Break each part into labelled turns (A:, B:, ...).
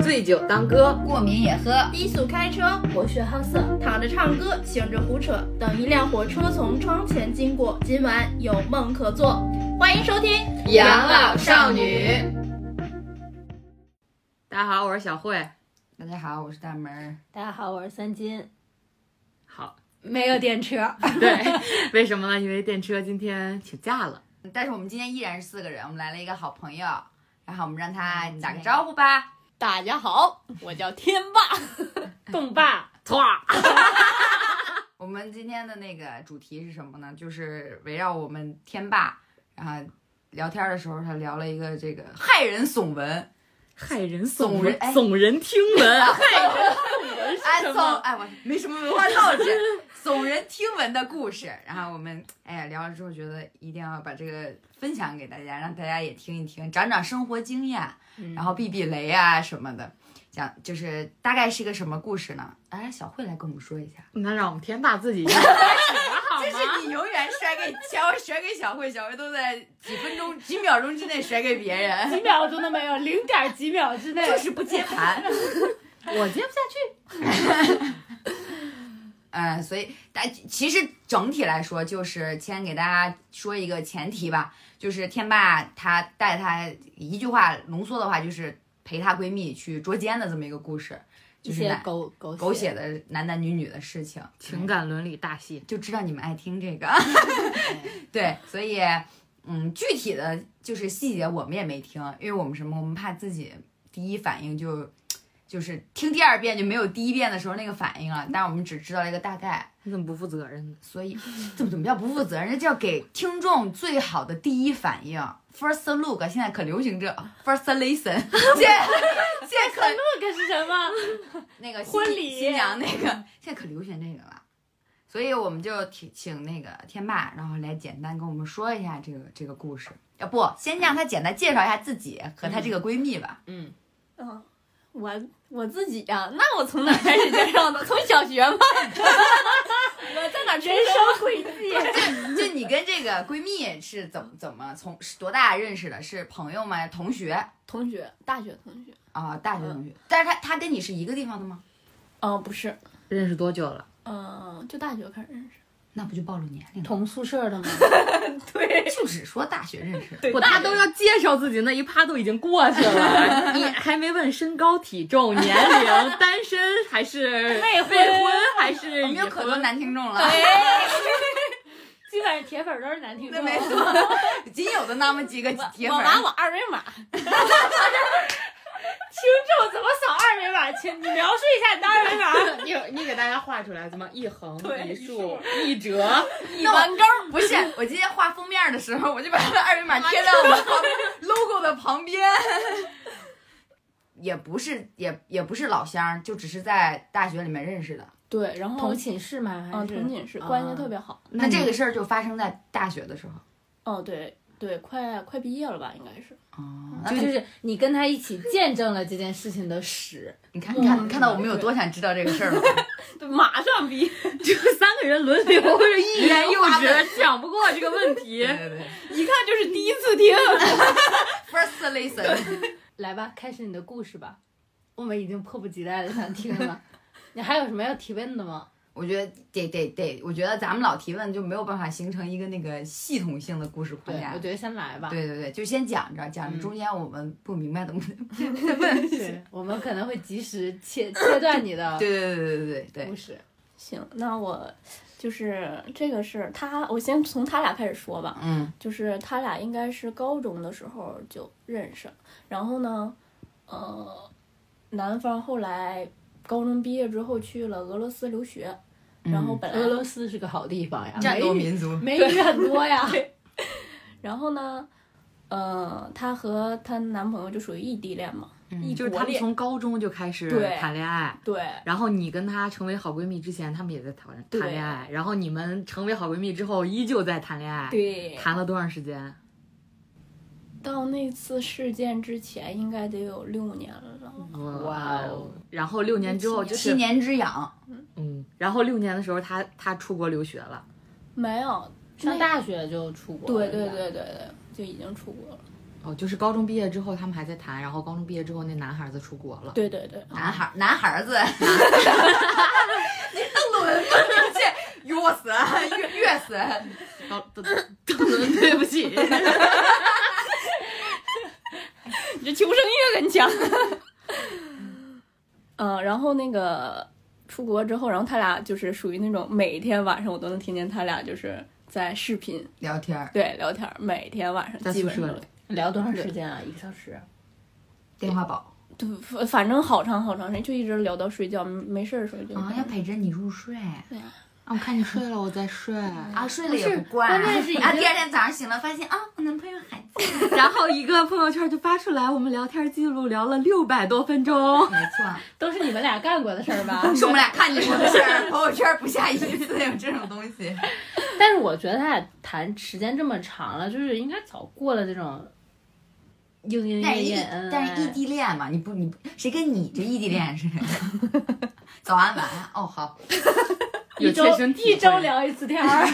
A: 醉酒当歌，
B: 过敏也喝。
C: 低速开车，博学好色，躺着唱歌，醒着胡扯。等一辆火车从窗前经过，今晚有梦可做。欢迎收听《
A: 养老少女》。大家好，我是小慧。
B: 大家好，我是大门儿。
D: 大家好，我是三金。
A: 好，
D: 没有电车，
A: 对，为什么呢？因为电车今天请假了。
B: 但是我们今天依然是四个人，我们来了一个好朋友，然后我们让他打个招呼吧。
C: 大家好，我叫天霸。
D: 动霸
A: 唰，
B: 我们今天的那个主题是什么呢？就是围绕我们天霸，然后聊天的时候，他聊了一个这个骇人耸 闻，
A: 骇人耸
B: 耸人哎
A: 耸人听闻，骇人
B: 哎
A: 什么
B: 耸哎我 没什 么文化素质，耸人听闻的故事。然后我们哎呀聊了之后，觉得一定要把这个分享给大家，让大家也听一听，长长生活经验，然后避避雷啊什么的。讲就是大概是个什么故事呢？哎，小慧来跟我们说一下。
A: 那让我们天霸自己开始 吧，好
B: 这
A: 吗？
B: 是你永远甩给小甩给小慧，小慧都在几分钟、几秒钟之内甩给别人，
D: 几秒钟都没有，零点几秒之内。
B: 就是不接盘。
A: 我接不下去。
B: 嗯，所以但其实整体来说，就是先给大家说一个前提吧，就是天霸他带他一句话浓缩的话，就是陪她闺蜜去捉奸的这么一个故事，
D: 一
B: 就是
D: 些
B: 男
D: 狗狗
B: 狗血的男男女女的事情，嗯
A: 情感伦理大戏，
B: 就知道你们爱听这 个。对，所以嗯，具体的就是细节我们也没听，因为我们什么，我们怕自己第一反应就就是听第二遍就没有第一遍的时候那个反应了，但是我们只知道了一个大概，
A: 你怎么不负责任呢？
B: 所 以怎么怎么叫不负责任，这叫给听众最好的第一反应。First look，现在可流行这 first listen，现在现在可
D: 那个是什么？
B: 那个
D: 婚
B: 新
D: 礼
B: 新娘那个，现在可流行这个了，所以我们就请请那个天霸，然后来简单跟我们说一下这个这个故事。要不先让她简单介绍一下自己和她这个闺蜜吧。
A: 嗯，
C: 嗯，我我自己呀、那我从哪开始介绍 呢？从小学吗？我在哪儿出
D: 人
C: 生？
D: 生轨迹。嗯
B: 就你跟这个闺蜜是怎么怎么从是多大认识的？是朋友吗？同学
C: 同学，大学同学。
B: 啊、大学同
D: 嗯
B: 学。但是她她跟你是一个地方的吗？
C: 嗯、不是，
A: 认识多久了？
C: 嗯、就大学开始认识。
B: 那不就暴露年龄了？
D: 同宿 舍的吗？
B: 就是说大学认识的。
A: 我大家都要介绍自己那一趴都已经过去 了，你还没问身高、体重、年龄、单身还是
D: 未婚
A: 未婚还是
B: 我们
A: 已
B: 有可多
A: 婚？
B: 男听众了，
D: 基本上铁粉都是男听
B: 那
D: 众。
B: 没错，仅有的那么几个铁粉儿。
C: 我二维 码。
D: 听众怎么扫二维码？请你描述一下你的二维 码。
A: 你你给大家画出来怎么一横
D: 对
A: 一
D: 一
A: 竖
D: 竖
A: 一折？
C: 一弯钩。
B: 不是，我今天画封面的时候，我就把它二维码贴在我们旁 logo 的旁边。也不是，也也不是老乡，就只是在大学里面认识的。
C: 对，然后
D: 同寝室吗？还
C: 嗯，
D: 是
C: 同寝室
D: 啊
C: 关系特别好。
B: 那这
A: 你
B: 个事儿就发生在大学的时候。
C: 哦，对对，快快毕业了吧，应该是。
B: 哦，
D: 就就是你跟他一起见证了这件事情的始。
B: 你看，你看，
C: 嗯
B: 你看到我们有多想知道这个事儿吗？
D: 对，马 上逼。
A: 就三个人轮流 着欲言又
B: 发
A: 止，想不过这个问 题
B: 对。对对
D: 一看就是第一次听。
B: ，first listen，
D: 来吧，开始你的故事吧，我们已经迫不及待的想听了。 你还有什么要提问的吗？
B: 我觉得得得得，我觉得咱们老提问就没有办法形成一个那个系统性的故事框
D: 对，
B: 架
D: 我。觉得先来吧。
B: 对对对，就先讲着讲
A: 嗯
B: 着，中间我们不明白的， 我们
D: 对，我们可能会及时切切断你的
B: 对对对对对对
D: 故事。
C: 行，那我就是这个是他，我先从他俩开始说吧。
B: 嗯，
C: 就是他俩应该是高中的时候就认识，然后呢，呃，男方后来高中毕业之后去了俄罗斯留学，然后
B: 嗯
C: 本来、
D: 俄罗斯是个好地方呀，
B: 战斗
D: 美女
B: 民族，
D: 美女很多呀。
C: 然后呢，呃，她和她男朋友就属于异地恋嘛，
B: 嗯
C: 异
A: 就是
C: 国
A: 他们
C: 恋，
A: 从高中就开始
C: 对
A: 谈恋爱，
C: 对
A: 然后你跟她成为好闺蜜之前，他们也在谈
C: 对
A: 谈恋爱，然后你们成为好闺蜜之后，依旧在谈恋爱，
C: 对，
A: 谈了多长时间？
C: 到那次事件之前应该得有六年了，
A: 嗯哇
B: 哦！
A: 然后六年之后就
B: 七
A: 是，
B: 年之痒，
A: 嗯，然后六年的时候他他出国留学了，
C: 没有那
D: 上大学就出国了，
C: 对对
D: 是吧，
C: 对对对，就已经出国了。
A: 哦，就是高中毕业之后他们还在谈，然后高中毕业之后那男孩子出国了，
C: 对对对，
B: 男
D: 啊
B: 孩男孩子，你邓伦吗？这约我 死，约约死！
A: 高邓邓伦对不起，
C: 你这求生欲很 强。嗯，然后那个出国之后，然后他俩就是属于那种每天晚上我都能听见他俩就是在视频
B: 聊天儿
C: 对聊天儿，每天晚 上
A: 在
C: 基
A: 宿
C: 本
A: 舍
C: 上
A: 里。
D: 聊多长时间啊？一个小时。
B: 电话煲
C: 对，反反正好长好长时间，就一直聊到睡觉，没事儿的时候
D: 嗯
C: 就
B: 啊，要陪着你入睡
A: 啊，我看你睡了，我在睡，
B: 啊，睡了也
D: 不
B: 不
D: 是
B: 挂。
D: 关键是已经
B: 啊，第二天早上醒了，发现啊，我男朋友还在。
A: 然后一个朋友圈就发出来，我们聊天记录聊了六百多分钟，
B: 没错，
D: 都是你们俩干过的事儿吧？
B: 是我们俩看见过的事儿， 朋友圈不下一次有这种东西。
D: 但是我觉得他俩谈时间这么长了，就是应该早过了这种莺 莺
B: 但是
D: 燕
B: 异
D: 燕，恩
B: 但是异
D: 爱。
B: 地恋嘛，你不你不谁跟你这异地恋似 的？早安晚安哦，好，
A: 有
D: 一周
A: 切身体会
D: 一周聊一次天儿，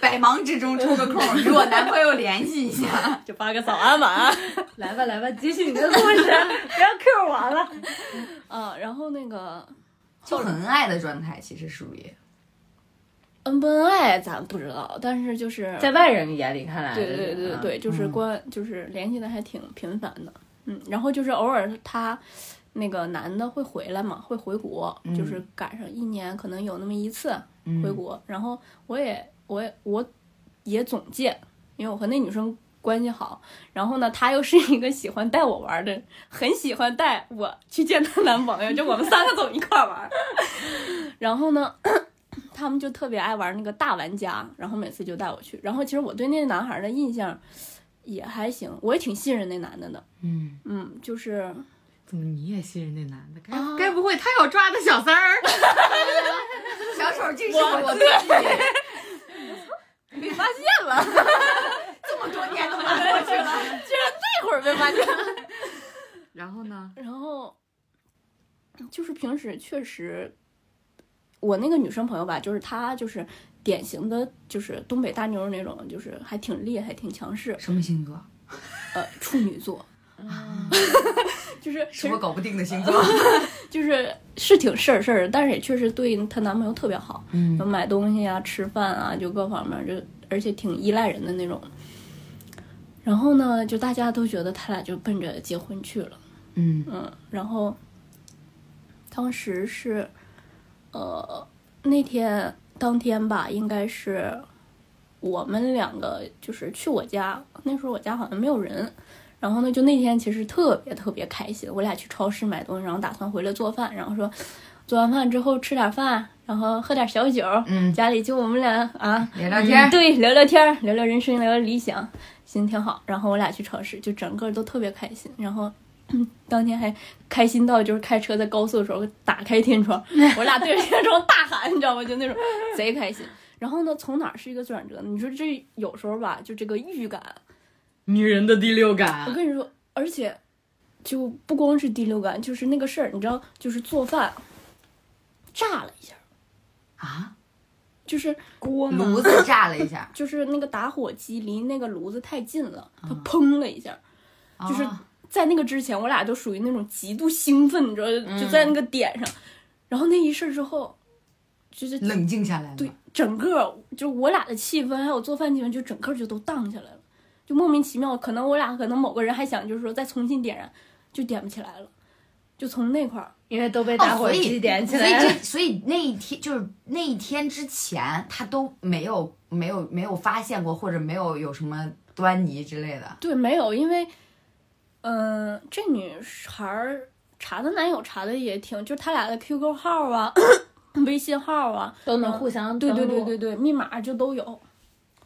B: 百忙之中抽个空 儿与我男朋友联系一下。
C: 就发个早安晚安。
D: 来吧来吧，继续你的故事，不要 Q 我了。
C: 嗯，然后那个
B: 就很恩爱的状态，其实属于
C: 恩不恩爱咱不知道，但是就是
D: 在外啊人眼里看来，
C: 对对对对，
B: 嗯
C: 就是关、就是联系的还挺频繁的，嗯，然后就是偶尔他那个男的会回来嘛，会回国，
B: 嗯
C: 就是赶上一年可能有那么一次
B: 嗯
C: 回国，然后我也我也我也总见，因为我和那女生。关系好，然后呢，她又是一个喜欢带我玩的，很喜欢带我去见她男朋友，就我们三个总一块儿玩儿。然后呢， 他们就特别爱玩那个大玩家，然后每次就带我去。然后其实我对那男孩的印象也还行，我也挺信任那男的的。
A: 嗯，
C: 嗯，就是
A: 怎么你也信任那男的？该、
C: 啊
A: 该不会他要抓的小三儿？
B: 小丑，这是我自己，
C: 被发现了，
B: 这么多年都瞒过去了。
C: 那会儿被发现。
A: 然后呢？
C: 然后就是平时确实，我那个女生朋友吧，就是她就是典型的就是东北大妞儿那种，就是还挺厉害、挺强势，
B: 什么星座？
C: 呃，处女座。啊 就是其
B: 什
C: 实
B: 么搞不定的星座？
C: 就是是挺事儿事儿的，但是也确实对她男朋友特别好，
B: 嗯
C: 就买东西啊、吃饭啊，就各方面儿就，而且挺依赖人的那种。然后呢，就大家都觉得他俩就奔着结婚去了，
B: 嗯
C: 嗯，然后当时是，呃，那天当天吧，应该是我们两个就是去我家，那时候我家好像没有人，然后呢，就那天其实特别特别开心，我俩去超市买东西，然后打算回来做饭，然后说做完饭之后吃点饭，然后喝点小酒，
B: 嗯，
C: 家里就我们俩啊，
B: 聊聊天儿。
C: 对，聊聊天儿，聊聊人生，聊聊理想，行，挺好。然后我俩去超市，就整个都特别开心。然后、 嗯当天还开心到就是开车在高速的时候打开 天窗，我俩对着天窗大喊，你知道吗？就那种贼开心。然后呢，从哪儿是一个转折？你说这有时候吧，就这个预感，
A: 女人的第六
C: 我
A: 感，
C: 跟你说，而且就不光是第六感，就是那个事儿，你知道，就是做饭炸了一下，
B: 啊，
C: 就是锅
A: 嗯
B: 炉子炸了一下，
C: 就是那个打火机离那个炉子太近了，它砰了一下。就是
B: 啊
C: 在那个之前，我俩就属于那种极度兴奋，你知道，就在那个点上。然后那一事儿之后，就是
B: 冷静下来了。
C: 对，整个就我俩的气氛，还有做饭气氛，就整个就都荡下来了，就莫名其妙。可能我俩可能某个人还想就是说再重新点燃，就点不起来了，就从那块儿。
D: 因为都被
B: 哦，
D: 打火
B: 所
D: 机
B: 以
D: 点起来
B: 所
D: 了
B: 以。这所以那一天就是那一天之前，他都没有没有没有发现过，或者没有有什么端倪之类的。
C: 对，没有，因为，嗯、这女孩儿查她男友查的也挺，就她俩的 QQ 号啊、 微信号啊，
D: 都能互相
C: 对对
D: 登
C: 对
D: 录
C: 对，对，密码就都有。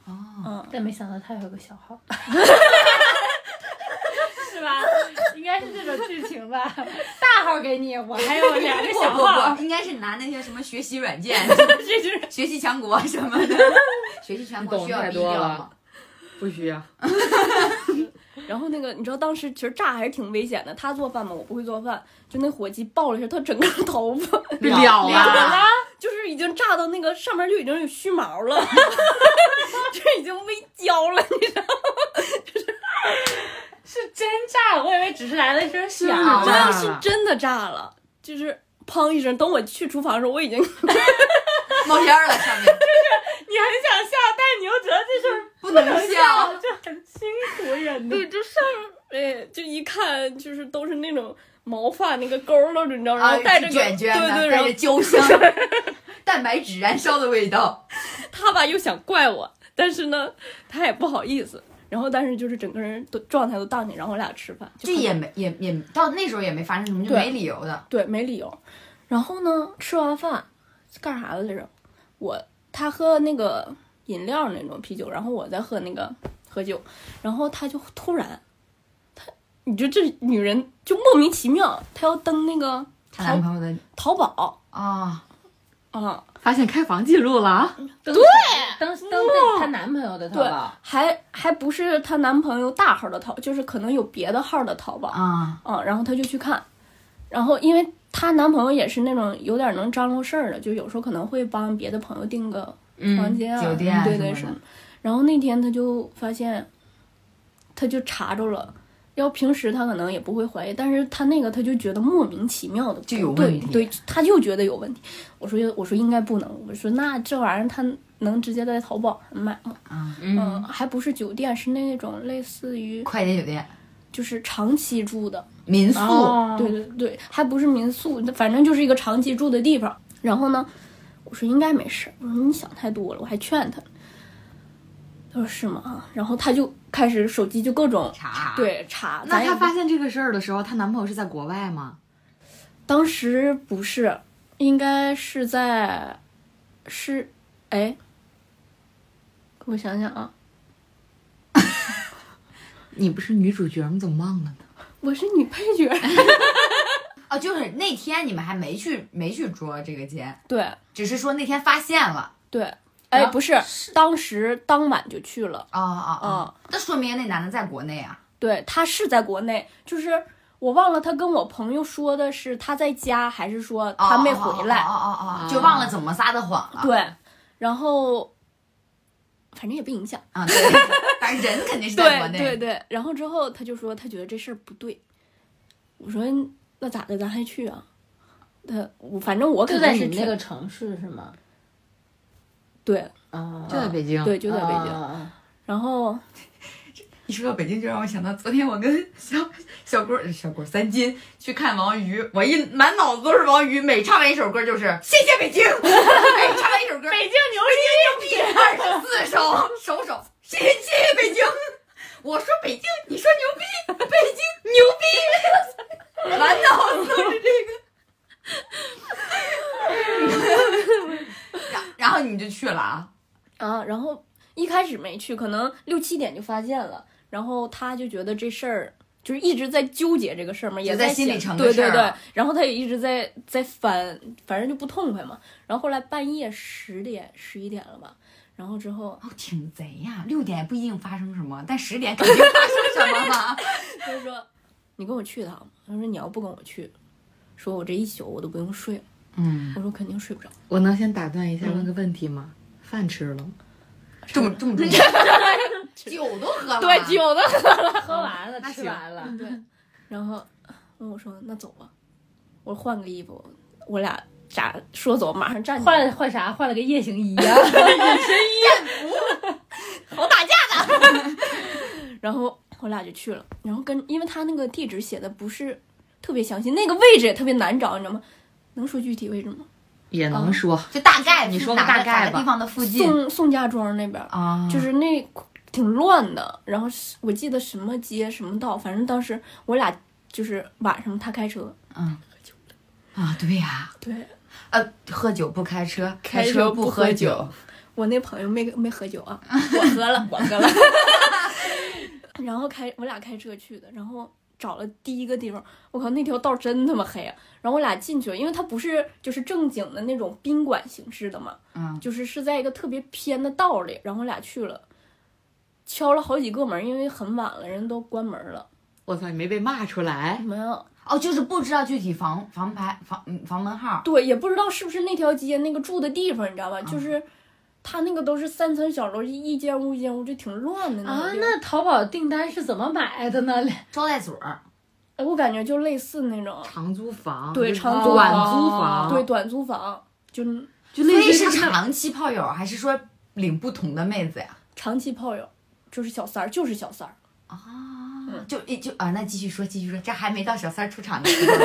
B: 哦，
C: 嗯，
D: 但没想到他有个小号， 是吧？应该是这种剧情吧？大号给你，我还有两个
B: 不
D: 小
B: 不
D: 号，
B: 不，应该是拿那些什么学习软件，
C: 这就是
B: 学习强国什么的，学习强国需要
A: 懂太
B: 低
A: 多
B: 调
A: 了
B: 吗？
A: 不需要。
C: 然后那个，你知道当时其实炸还是挺危险的。他做饭嘛，我不会做饭，就那火机爆了一下，他整个头发
A: 了
B: 了
A: 啊！
C: 就是已经炸到那个上面就已经有须毛了， 这已经微焦了，你知道吗？
A: 是真炸了，我以为只是来了一声响。
B: 是
C: 真
B: 吗
C: 的是真的炸了，就是砰一声。等我去厨房的时候，我已经 你很
B: 冒烟了，下面
A: 想笑，但你又觉得这事儿
B: 不能笑。
A: 就很清楚忍
C: 对，就上面哎，就一看就是都是那种毛发那个勾溜着，你知道吗？然
B: 啊，
C: 后带着个
B: 卷卷
C: 对
B: 的，
C: 对，然
B: 带
C: 后
B: 着焦香，蛋白质燃烧的味道。
C: 他吧又想怪我，但是呢，他也不好意思。然后，但是就是整个人都状态都荡起，然后我俩吃饭，
B: 这也没也也到那时候也没发生什么，就
C: 对
B: 没理由的。
C: 对，没理由。然后呢，吃完饭干啥来着？我他喝那个饮料那种啤酒，然后我在喝那个喝酒，然后他就突然，他你就这女人就莫名其妙，她要登那个
B: 她男朋友的
C: 淘宝
B: 啊，
C: 啊，
A: 发现开房记录了啊！
D: 对，当当她男朋友的淘宝，
C: 还还不是她男朋友大号的淘，就是可能有别的号的淘宝
B: 啊，
C: 啊，然后她就去看，然后因为她男朋友也是那种有点能张罗事儿的，就有时候可能会帮别的朋友订个房间啊、
B: 酒店啊
C: 对对
B: 什么的
C: 么。然后那天她就发现，她就查着了。要平时她可能也不会怀疑，但是她那个她就觉得莫名其妙的
B: 就有
C: 对
B: 问题
C: 对，她就觉得有问题。我说我说应该不能，我说那这玩意儿她能直接在淘宝上买吗？
B: 啊
C: 嗯，还不是酒店，是那种类似于
B: 快捷酒店、
C: 就是长期住的，
B: 民
D: 哦
B: 宿，
C: 对对对，还不是民宿，反正就是一个长期住的地方。然后呢，我说应该没事儿，我说你想太多了，我还劝他。他说是吗？啊，然后他就开始手机就各种
B: 查，
C: 对查，咱
A: 那
C: 也
A: 她
C: 不
A: 发现这个事儿的时候，她男朋友是在国外吗？
C: 当时不是，应该是在是哎，我想想啊，
A: 你不是女主角吗？怎么忘了呢？
C: 我是女配角，
B: 啊，就是那天你们还没去没去捉这个奸，
C: 对
B: 只是说那天发现了。
C: 对，哎
B: 然后
C: 不是，当时当晚就去了。
B: 哦哦
C: 嗯
B: 哦，那说明那男的在国内啊。
C: 对他是在国内，就是我忘了他跟我朋友说的是他在家，还是说
B: 哦
C: 他没回来？嗯
B: 哦哦哦哦，就忘了怎么撒的谎了。
C: 对，然后反正也不影响。
B: 啊，对，反正人肯定是在国
C: 对
B: 内。
C: 对对，然后之后他就说他觉得这事儿不对，我说那咋的，咱还去啊？他我反正我
D: 就
C: 肯
D: 在
C: 定
D: 你
C: 是
D: 们
C: 劝
D: 那个城市是吗？
C: 对
D: 啊，
A: 就在北京。
C: 对就在
D: 哦
C: 北京，
D: 京。
C: 然后
B: 一说到北京，就让我想到昨天我跟小小郭、小郭三金去看王宇，我一满脑子都是王宇，每唱完一首歌就是谢谢北 京，每唱完一首歌，
A: 京牛逼！
B: 北京牛逼二十四首，首首谢谢北京。我说北京，你说牛逼，北京 牛逼，满脑子都是这 个。然然后你就去了啊？
C: 啊，然后一开始没去，可能六七点就发现了，然后他就觉得这事儿就是一直在纠结这个事儿嘛，也
B: 就在
C: 想
B: 心里成个
C: 对
B: 事
C: 对
B: 儿
C: 对
B: 了，
C: 然后他也一直在在翻，反正就不痛快嘛。然后后来半夜十点十一点了吧，然后之后
B: 哦，挺贼呀、六点不一定发生什么，但十点肯定发生什么了。
C: 他就说：“你跟我去一趟。”他说：“你要不跟我去，说我这一宿我都不用睡了。”
B: 嗯，
C: 我说：“肯定睡不着。
A: 我能先打断一下，问个问题吗？饭吃了吗？
B: 这么这么重要，酒都喝了，
C: 对，酒的。
D: 喝完了，
B: 那
D: 吃
B: 行
D: 完了，
C: 对，然后问我说：“那走吧。”我说：“换个衣服。”我俩咋说走马上站起来
D: 换换啥？换了个夜行衣 啊！
C: 好打架的。然后我俩就去了，然后跟因为他那个地址写的不是特别详细，那个位置也特别难找，你知道吗？能说具体位置吗？
A: 也能说。
B: 就大概
A: 你说个
B: 哪个
A: 大概
B: 哪个
A: 吧
B: 地方的附近
C: 宋宋家庄那边，
B: 啊
C: 就是那挺乱的。然后是我记得什么街什么道，反正当时我俩就是晚上他开车，
B: 嗯啊，对呀、
C: 对
B: 呃，喝酒不开车，
C: 开车
B: 车
C: 不喝
B: 喝
C: 酒。我那朋友没没喝酒啊，我喝了，我喝了。然后开我俩开车去的，然后找了第一个地方，我靠，那条道真他妈黑啊！然后我俩进去了，因为它不是就是正经的那种宾馆形式的嘛，
B: 嗯，
C: 就是是在一个特别偏的道里，然后我俩去了，敲了好几个门，因为很晚了，人都关门了，
A: 我操，你没被骂出来？
C: 没有，
B: 哦，就是不知道具体房房牌房嗯房门号，
C: 对，也不知道是不是那条街那个住的地方，你知道吧？就是他那个都是三层小楼，一间屋一间屋，就挺乱的那
D: 啊
C: 个，地方。
D: 那淘宝订单是怎么买的呢？
B: 招待所儿，
C: 哎我感觉就类似那种，
A: 长租房，
C: 对
A: 就是
C: 长租
A: 短
C: 房
A: 租房，
C: 对，，短租房，就
A: 就
B: 所
A: 类
B: 以
A: 似于
B: 是
A: 他们
B: 长期炮友还是说领不同的妹子呀？
C: 长期炮友，就是小三儿，就是小三儿。
B: 啊，就一就啊，那继续说，继续说，这还没到小三儿出场的时候。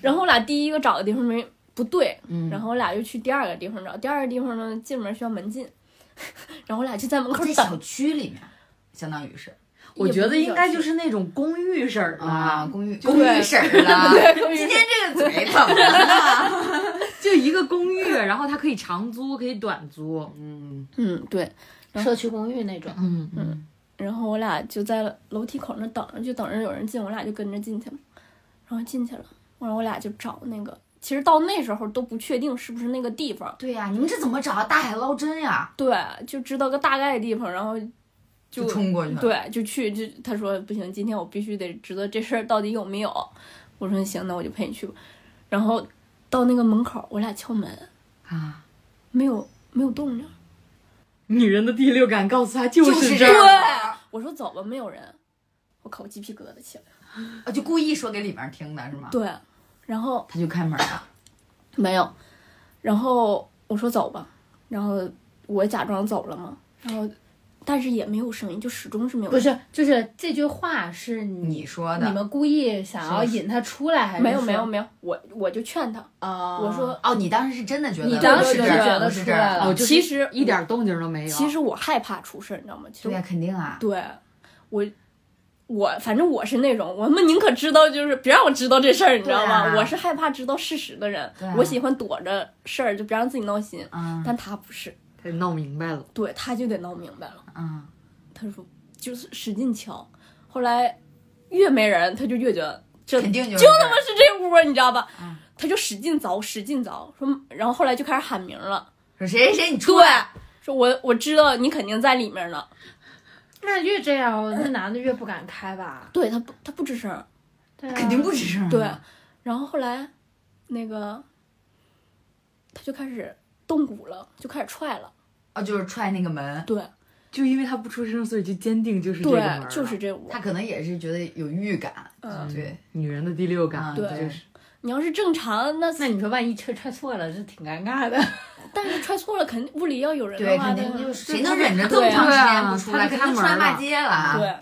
C: 然后我俩第一个找的地方没不对，
B: 嗯，
C: 然后我俩又去第二个地方找，第二个地方呢进门需要门禁， 然后我俩就在门口
B: 在
C: 等
B: 小。区里面，相当于是
A: 我觉得应该就是是那种公寓式儿的，
B: 啊，公寓
C: 对
B: 公寓婶儿了。今天这个嘴怎么了？
A: 就一个公寓，然后它可以长租，可以短租，
B: 嗯
C: 嗯对，然
D: 社区公寓那种，
A: 嗯，
B: 嗯，
C: 然后我俩就在楼梯口那等着，就等着有人进，我俩就跟着进去了，然后进去了，然后我俩就找那个，其实到那时候都不确定是不是那个地方，
B: 对呀，你们这怎么找？啊大海捞针呀，
C: 对，就知道个大概地方，然后就
B: 就冲过去 了。
C: 对，就去就他说不行，今天我必须得知道这事儿到底有没有。我说行，那我就陪你去吧。然后到那个门口，我俩敲门，
B: 啊，
C: 没有没有动静。
A: 女人的第六感告诉她
B: 就
A: 就是
B: 这
A: 儿，
B: 样
C: 我说走吧，没有人。我靠，我鸡皮疙瘩起来了。
B: 啊，就故意说给里面听的是吗？
C: 对，然后
B: 他就开门了。
C: 没有，然后我说走吧，然后我假装走了嘛，然后但是也没有声音，就始终是没有
D: 不
C: 声音。
D: 是，就是这句话是你
B: 你说
D: 你
B: 的
D: 们故意想要引他出来，还是
C: 没有没有
D: 啊？
C: 没有，我我就劝他，
D: 哦
C: 我说
B: 哦，你当时是真的觉得
D: 你
B: 不
D: 当
B: 是
D: 时
B: 这
D: 就
B: 儿
D: 觉得
B: 不是
D: 出
B: 这儿
D: 来了
A: 哦，就是
C: 其实
A: 一点动静都没有。
C: 其实我害怕出事儿，你知道吗？其实
B: 对呀，肯定啊。
C: 对我，我反正我是那种，我他妈宁可知道，就是别让我知道这事儿，你知道吗？
B: 对啊
C: 我是害怕知道事实的人，
B: 对啊
C: 我喜欢躲着事儿，就别让自己闹心。
B: 嗯
C: 但他不是，
A: 她得闹明白了，
C: 对，他就得闹明白了。
B: 嗯，
C: 他说就是使劲敲，后来越没人，他就越觉得这
B: 肯定就是
C: 就他妈是这屋，你知道吧？
B: 嗯
C: 他就使劲凿，使劲凿，说，然后后来就开始喊名了，
B: 说谁谁谁你
C: 对
B: 出来。，
C: 说我我知道你肯定在里面呢。
D: 那越这样，那男的越不敢开吧？
C: 对他不，他不吱声儿，
D: 对啊
B: 肯定不吱声。啊
C: 对，然后后来那个他就开始动骨了，就开始踹了。
B: 哦，就是踹那个门，
C: 对
A: 就因为她不出声，所以就坚定就是这个门儿
C: 对，
A: 了
C: 就是这屋
B: 他。可能也是觉得有预感，
C: 嗯，
B: 对，
A: 女人的第六感，
B: 嗯
C: 对
A: 就是
C: 你要是正常，那
D: 那你说万一踹踹错了，这挺尴尬的。
C: 但是踹错了，肯定屋里要有人
B: 对，
C: 的话，
B: 肯
C: 那
B: 定
C: 个
B: 就是谁能忍着这么
C: 对啊
B: 长时间不出来，
A: 对
B: 肯
A: 啊
B: 定出来骂街了啊！
C: 对。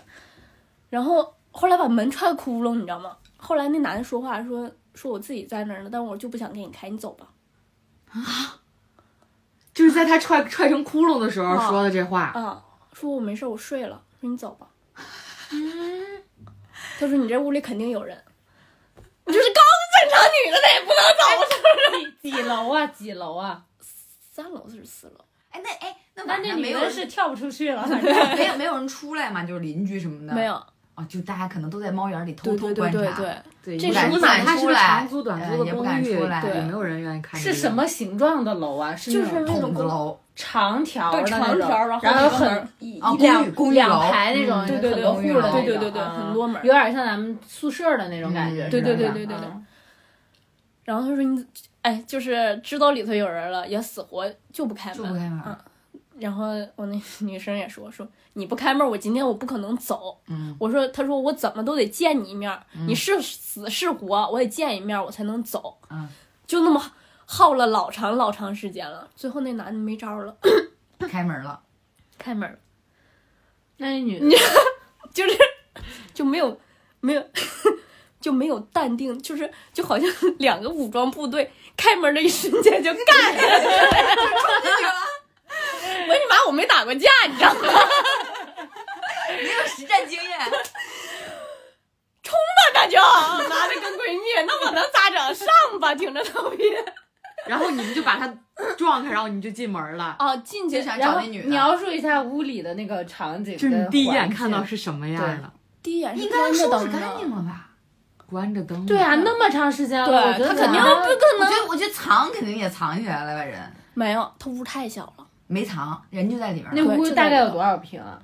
C: 然后后来把门踹窟窿，你知道吗？后来那男的说话说说我自己在那儿呢，但我就不想给你开，你走吧。
A: 就是在她踹踹成窟窿的时候
C: 啊
A: 说的这话，
C: 啊，说我没事，我睡了。说你走吧。
A: 嗯
C: 他说你这屋里肯定有人，就是告诉正常女的她也不能走。啊
D: 几几楼啊？几楼啊？
C: 三楼是四楼，
B: 哎，那哎，那
D: 那
B: 晚
D: 那
B: 上没
D: 女
B: 有
D: 的
B: 人
D: 是跳不出去了，反正
B: 没有没有人出来嘛，就是邻居什么的，
C: 没有，
B: 啊，就大家可能都在猫眼里偷
C: 对
B: 偷
C: 对
B: 观
C: 对
B: 察，
C: 对对，
A: 对，
C: 这
A: 你
C: 是
A: 敢
C: 不
A: 不管
B: 敢
A: 她
B: 出
A: 是个
B: 来
A: 长租短
B: 嗯
A: 租的
B: 也不
A: 公
B: 敢
A: 寓，
B: 出来
A: 也
C: 对
A: 没有人愿意看这
D: 是
A: 个。
D: 什么形状的楼啊？是
C: 就
D: 那
C: 是
D: 种
C: 那种
B: 筒子楼
D: 长条
C: 对
D: 的那
C: 长
D: 种，
C: 条，然后
D: 然
C: 有
D: 后
C: 个
D: 很
C: 门一
B: 啊，
D: 一
B: 公寓
D: 两
B: 公寓
D: 两
B: 楼，
D: 排那种，
C: 对
D: 很
C: 对对
D: 多户的那种，
C: 对对对对很多门儿
D: 有点像咱们宿舍的那种感
B: 嗯
D: 觉，是吧
C: 啊对对对对对
D: 嗯
C: 然后他说你，哎，就是知道里头有人了，也死活就不开
B: 就不
C: 门。
B: 开门
C: 嗯，然后我那女生也说说你不开门，我今天我不可能走。
B: 嗯，
C: 我说，他说我怎么都得见你一面儿，你是死是活，我得见一面儿，我才能走。
B: 嗯，
C: 就那么耗了老长老长时间了，最后那男的没招儿了，
B: 开门了，
C: 开门了，
D: 那女的
C: 就是就没有没有 就没有淡定，就是就好像 两个武装部队开门的一瞬间就干了。 我你妈，我没打过架，你知道吗？
B: 没有实战经验，
C: 那 就拿着跟闺蜜，那我能咋整？上吧，挺着头皮。
A: 然后你们就把她撞开，然后你们就进门了。
C: 哦，进
B: 就
C: 去
B: 想
D: 然
B: 找
D: 后
B: 那女的，
D: 描述一下屋里的那个场景，
A: 就是你第一眼看到。是什么样的？
C: 第一眼 是
B: 应该收
C: 关
B: 拾
C: 着灯
B: 干净
C: 的。
B: 了吧？
A: 关着灯。
D: 对，啊，那么长时间了，我觉
C: 对
D: 得
C: 他肯定
D: 男
C: 不可
B: 我觉
C: 能
B: 得我觉得藏肯定也藏起来了吧，人
C: 没有，他屋太小了。
B: 没藏，人就在里面了。
D: 那
C: 对
D: 屋
C: 就
D: 大
C: 那
D: 概有
C: 个
D: 多少平啊？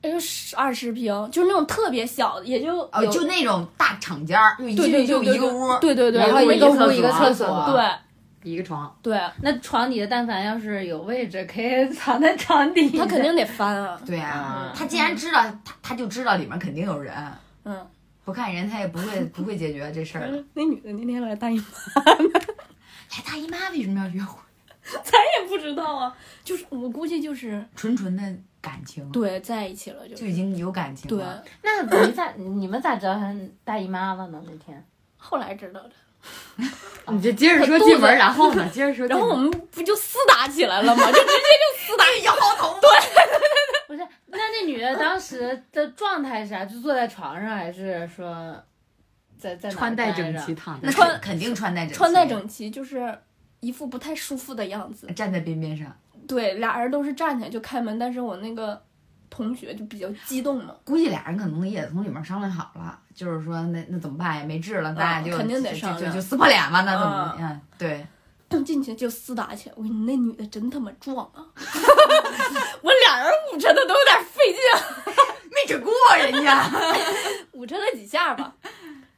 C: 哎，就十二十平，就是那种特别小的，也就
B: 哦，
C: 有
B: 就那种大敞间儿，就一
C: 对对
B: 进去就
C: 对对
B: 一个屋儿，
C: 对对对，
D: 然后
C: 我
D: 一个
C: 一
D: 屋
C: 个
D: 一个
C: 厕所
D: 厕所啊
C: 对
A: 一个床，
C: 对，
D: 那床底下但凡要是有位置，可以藏在床底下。
C: 他肯定得翻啊，
B: 对啊
A: 嗯，
B: 他既然知道，他他就知道里面肯定有人，
C: 嗯，
B: 不看人他也不会不会解决这事儿的。
C: 那女的那天来大姨妈，
B: 来哎大姨妈为什么要约会？
C: 咱也不知道啊，就是我估计就是
B: 纯纯的感情，啊
C: 对在一起了嗯就
B: 就已经有感情
C: 对，
B: 了。啊
D: 那你咋你们咋知道他大姨妈了呢？那天
C: 后来知道的，
A: 你就接着说进门，然后 呢，接着说进
C: 然后我
A: 门，
C: 们不就厮打起来 了吗？就直接就厮打，
B: 摇 头，
D: 不是，那那女的当时的状态是啥？就坐在床上，还是说在在哪儿
A: 穿戴
D: 戴
A: 整
D: 着
A: 齐？ 躺
B: 那
A: 着，
B: 肯肯定穿戴整齐，
C: 穿戴整齐，就是一副不太舒服的样子。
B: 站在边边上，
C: 对，俩人都是站起来就开门，但是我那个同学就比较激动嘛，
B: 估计俩人可能也从里面商量好了，就是说那那怎么办呀？没治了，那
C: 嗯
B: 就
C: 肯定得
B: 就
C: 商
B: 就
C: 量
B: 就撕破脸吧，那怎么？嗯，对，
C: 进去就厮打起来。我跟你那女的真他妈壮 啊！我俩人捂着她都有点费劲，啊
B: 没整过人家，
C: 捂着她几下吧，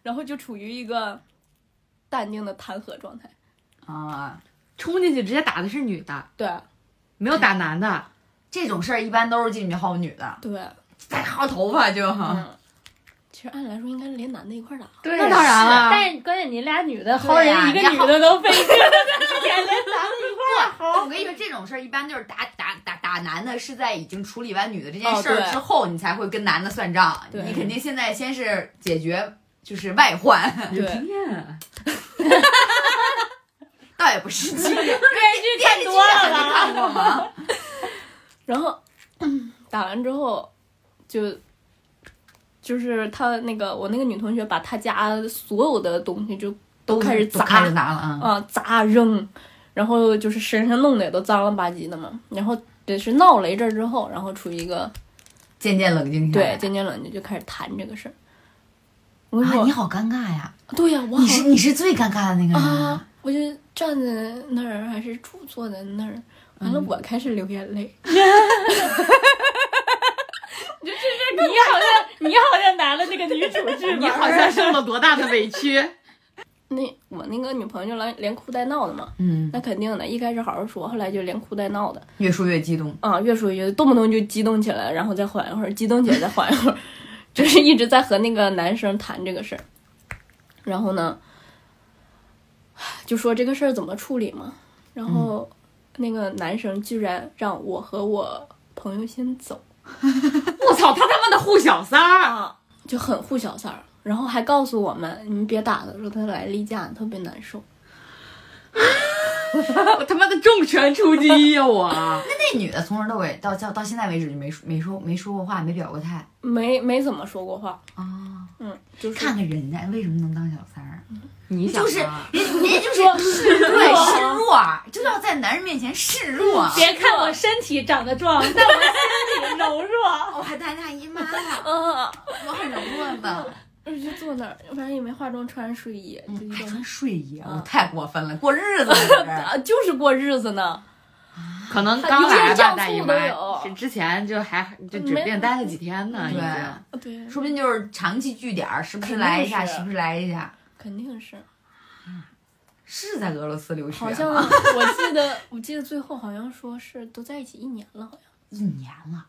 C: 然后就处于一个淡定的谈和状态。
B: 啊。
A: 冲进去直接打的是女的，
C: 对
A: 没有打男的，
B: 这种事儿一般都是进去薅女的，
C: 对，
B: 再薅头发就。
C: 嗯，其实按理来说应该连男的一块儿打。
D: 对
A: 那当然了
D: 但是关键你俩女的薅
B: 对
D: 人
B: 呀，
D: 一个
B: 你
D: 女
B: 薅
D: 的都费劲，连连咱们一块儿
B: 我跟你说，这种事儿一般就是打打打打男的，是在已经处理完女的这件
C: 哦
B: 事儿
C: 对
B: 之后，你才会跟男的算账。
C: 对
B: 你肯定现在先是解决就是外患，
A: 有
C: 对
A: 经验啊，
B: 倒也不 是经验。
D: 电视剧
B: 电视
D: 看
B: 剧
D: 多
B: 还
D: 了
B: 没
D: 吧？
B: 看过吗？
C: 然后打完之后，就就是他那个我那个女同学把她家所有的东西就都开始
B: 都 开
C: 砸
B: 始砸了啊！
C: 啊、砸扔，然后就是身上弄得也都脏了吧唧的嘛。然后也是闹了一阵儿之后，然后处于一个
B: 渐渐冷静下来。
C: 对渐渐冷静，就开始谈这个事儿。我跟你
B: 啊，
C: 说
B: 你好尴尬呀！
C: 对呀、我
B: 你是
C: 好
B: 你是最尴尬的那个人啊。
C: 啊，我就站在那儿还是坐坐在那儿，完了我开始流眼泪。
D: 你好像你好像拿了那个女主 剧本，
A: 你好像受了多大的委屈？
C: 那我那个女朋友就来连哭带闹的嘛，
B: 嗯，
C: 那肯定的，一开始好好说，后来就连哭带闹的
B: 越说越激动。
C: 啊，越说越动不动就激动起来，然后再缓一会儿，激动起来再缓一会儿，就是一直在和那个男生谈这个事儿。然后呢，就说这个事儿怎么处理嘛。然后那个男生居然让我和我朋友先走
A: 我操，他他妈的护小三儿，
C: 啊，就很护小三儿，然后还告诉我们你们别打了，说他来例假，特别难受。
A: 我他妈的重拳出击呀！我
B: 那女的从头到尾到到到现在为止就没没说没说过话，没表过态
C: 没没怎么说过话，
B: 啊。
C: 嗯，就是
B: 看看人家为什么能当小三儿。啊
A: 你想
B: 就是
A: 啊
B: 人家就是示弱，对示弱，就要在男人面前示弱。
D: 别看我身体长得壮，但我心里柔弱。
B: 我还大大姨妈了，
C: 啊，
B: 我很柔弱 的，
C: 我就坐那儿，反正也没化妆，嗯穿睡衣，就一
B: 还
C: 种
B: 穿睡衣，啊
C: 嗯
B: 我太过分了，过日子了这 是。
C: 啊，就是过日子呢。
A: 可能刚来吧，大姨
C: 一见丈夫
A: 妈
C: 都有
A: 是之前就还就只
C: 没有
A: 便待了几天呢，已
B: 对
A: 经。
C: 啊对，
B: 说不定就是长期据点儿，时不时
C: 肯定
B: 来一下，
C: 是
B: 时不时来一下。
C: 肯定是，
B: 是在俄罗斯留学
C: 好像
B: 吗？
C: 我记得， 我记得最后好像说是都在一起一年了，好像
B: 一年了。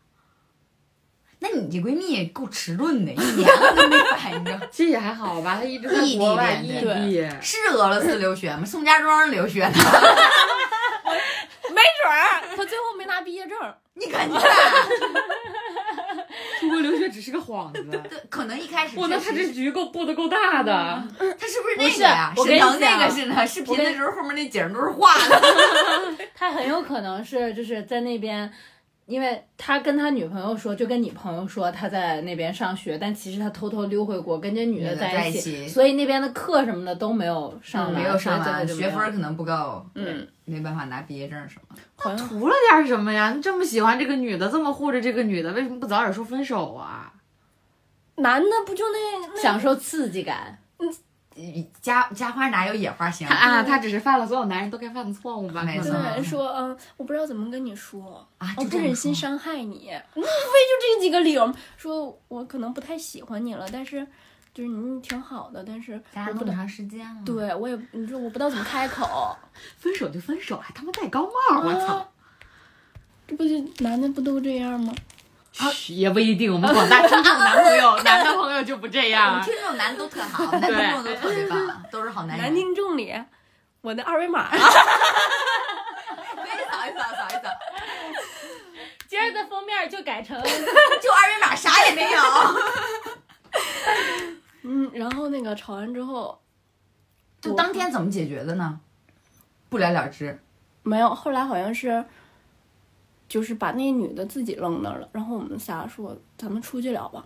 B: 那你这闺蜜也够迟钝的，一年了都没反应。
A: 其实也还好吧，他一直在
B: 异地
A: 国外
B: 恋
A: 异
C: 对
A: 地，
B: 是俄罗斯留学吗？宋家庄留学的，
C: 没准儿他最后没拿毕业证。
B: 你肯定啊
A: 出国留学只是个幌子。
B: 可能一开始
A: 我那他
B: 确实
A: 这局够布的够大的，
B: 他是不是
D: 不
B: 那
D: 是
B: 个呀？
D: 我
B: 沈
D: 跟你
B: 腾那
D: 讲
B: 个是呢？视频
D: 跟
B: 的时候后面那景儿都是画的。
D: 他很有可能是就是在那边，因为他跟他女朋友说，就跟你朋友说他在那边上学，但其实他偷偷溜回国跟这女的在
B: 一
D: 一
B: 起，
D: 所以那边的课什么的都没有上
C: 嗯
D: 完，
B: 没有上
D: 所以
B: 完，
D: 最后就没有
B: 学分儿可能不够，
C: 嗯，
B: 没办法拿毕业证什么的。
C: 好像
A: 嗯图了点什么呀？你这么喜欢这个女的，这么护着这个女的，为什么不早点说分手啊？
C: 男的不就那那
D: 享受刺激感。
B: 家家花哪有野花香？
A: 啊，他只是犯了所有男人都该犯的错误吧？
B: 没
A: 可
C: 就
B: 错
C: 有
A: 能
C: 人说，嗯，我不知道怎么跟你说，
B: 啊，
C: 我
B: 就
C: 不
B: 这
C: 忍
B: 么
C: 心
B: 说。
C: 伤害你，
D: 啊
C: 无非就这几个理由，说我可能不太喜欢你了，但是就是你挺好的，但是
B: 咱
C: 我
B: 俩那
C: 不知
B: 么
C: 道，
B: 长时间了，，
C: 对我也你说我不知道怎么开 口，
A: 分手就分手，还啊他妈戴高帽，我操！
C: 啊，这不就男的不都这样吗？
A: 啊嘘也不一定，我们广大听众男朋友、男的朋友就不这
B: 我
A: 样
B: 们。听众男的都特好，男听众都特别棒，都是好
D: 哎
B: 男人。
C: 男听众里，我的二维码啊，
B: 可以扫一扫，扫一扫，
D: 今儿的封面就改成
B: 就二维码啥也没有。
C: 嗯，然后那个吵完之后
B: 就当天怎么解决的呢？不了了之。
C: 没有，后来好像是。就是把那女的自己扔那儿了，然后我们仨说咱们出去聊吧，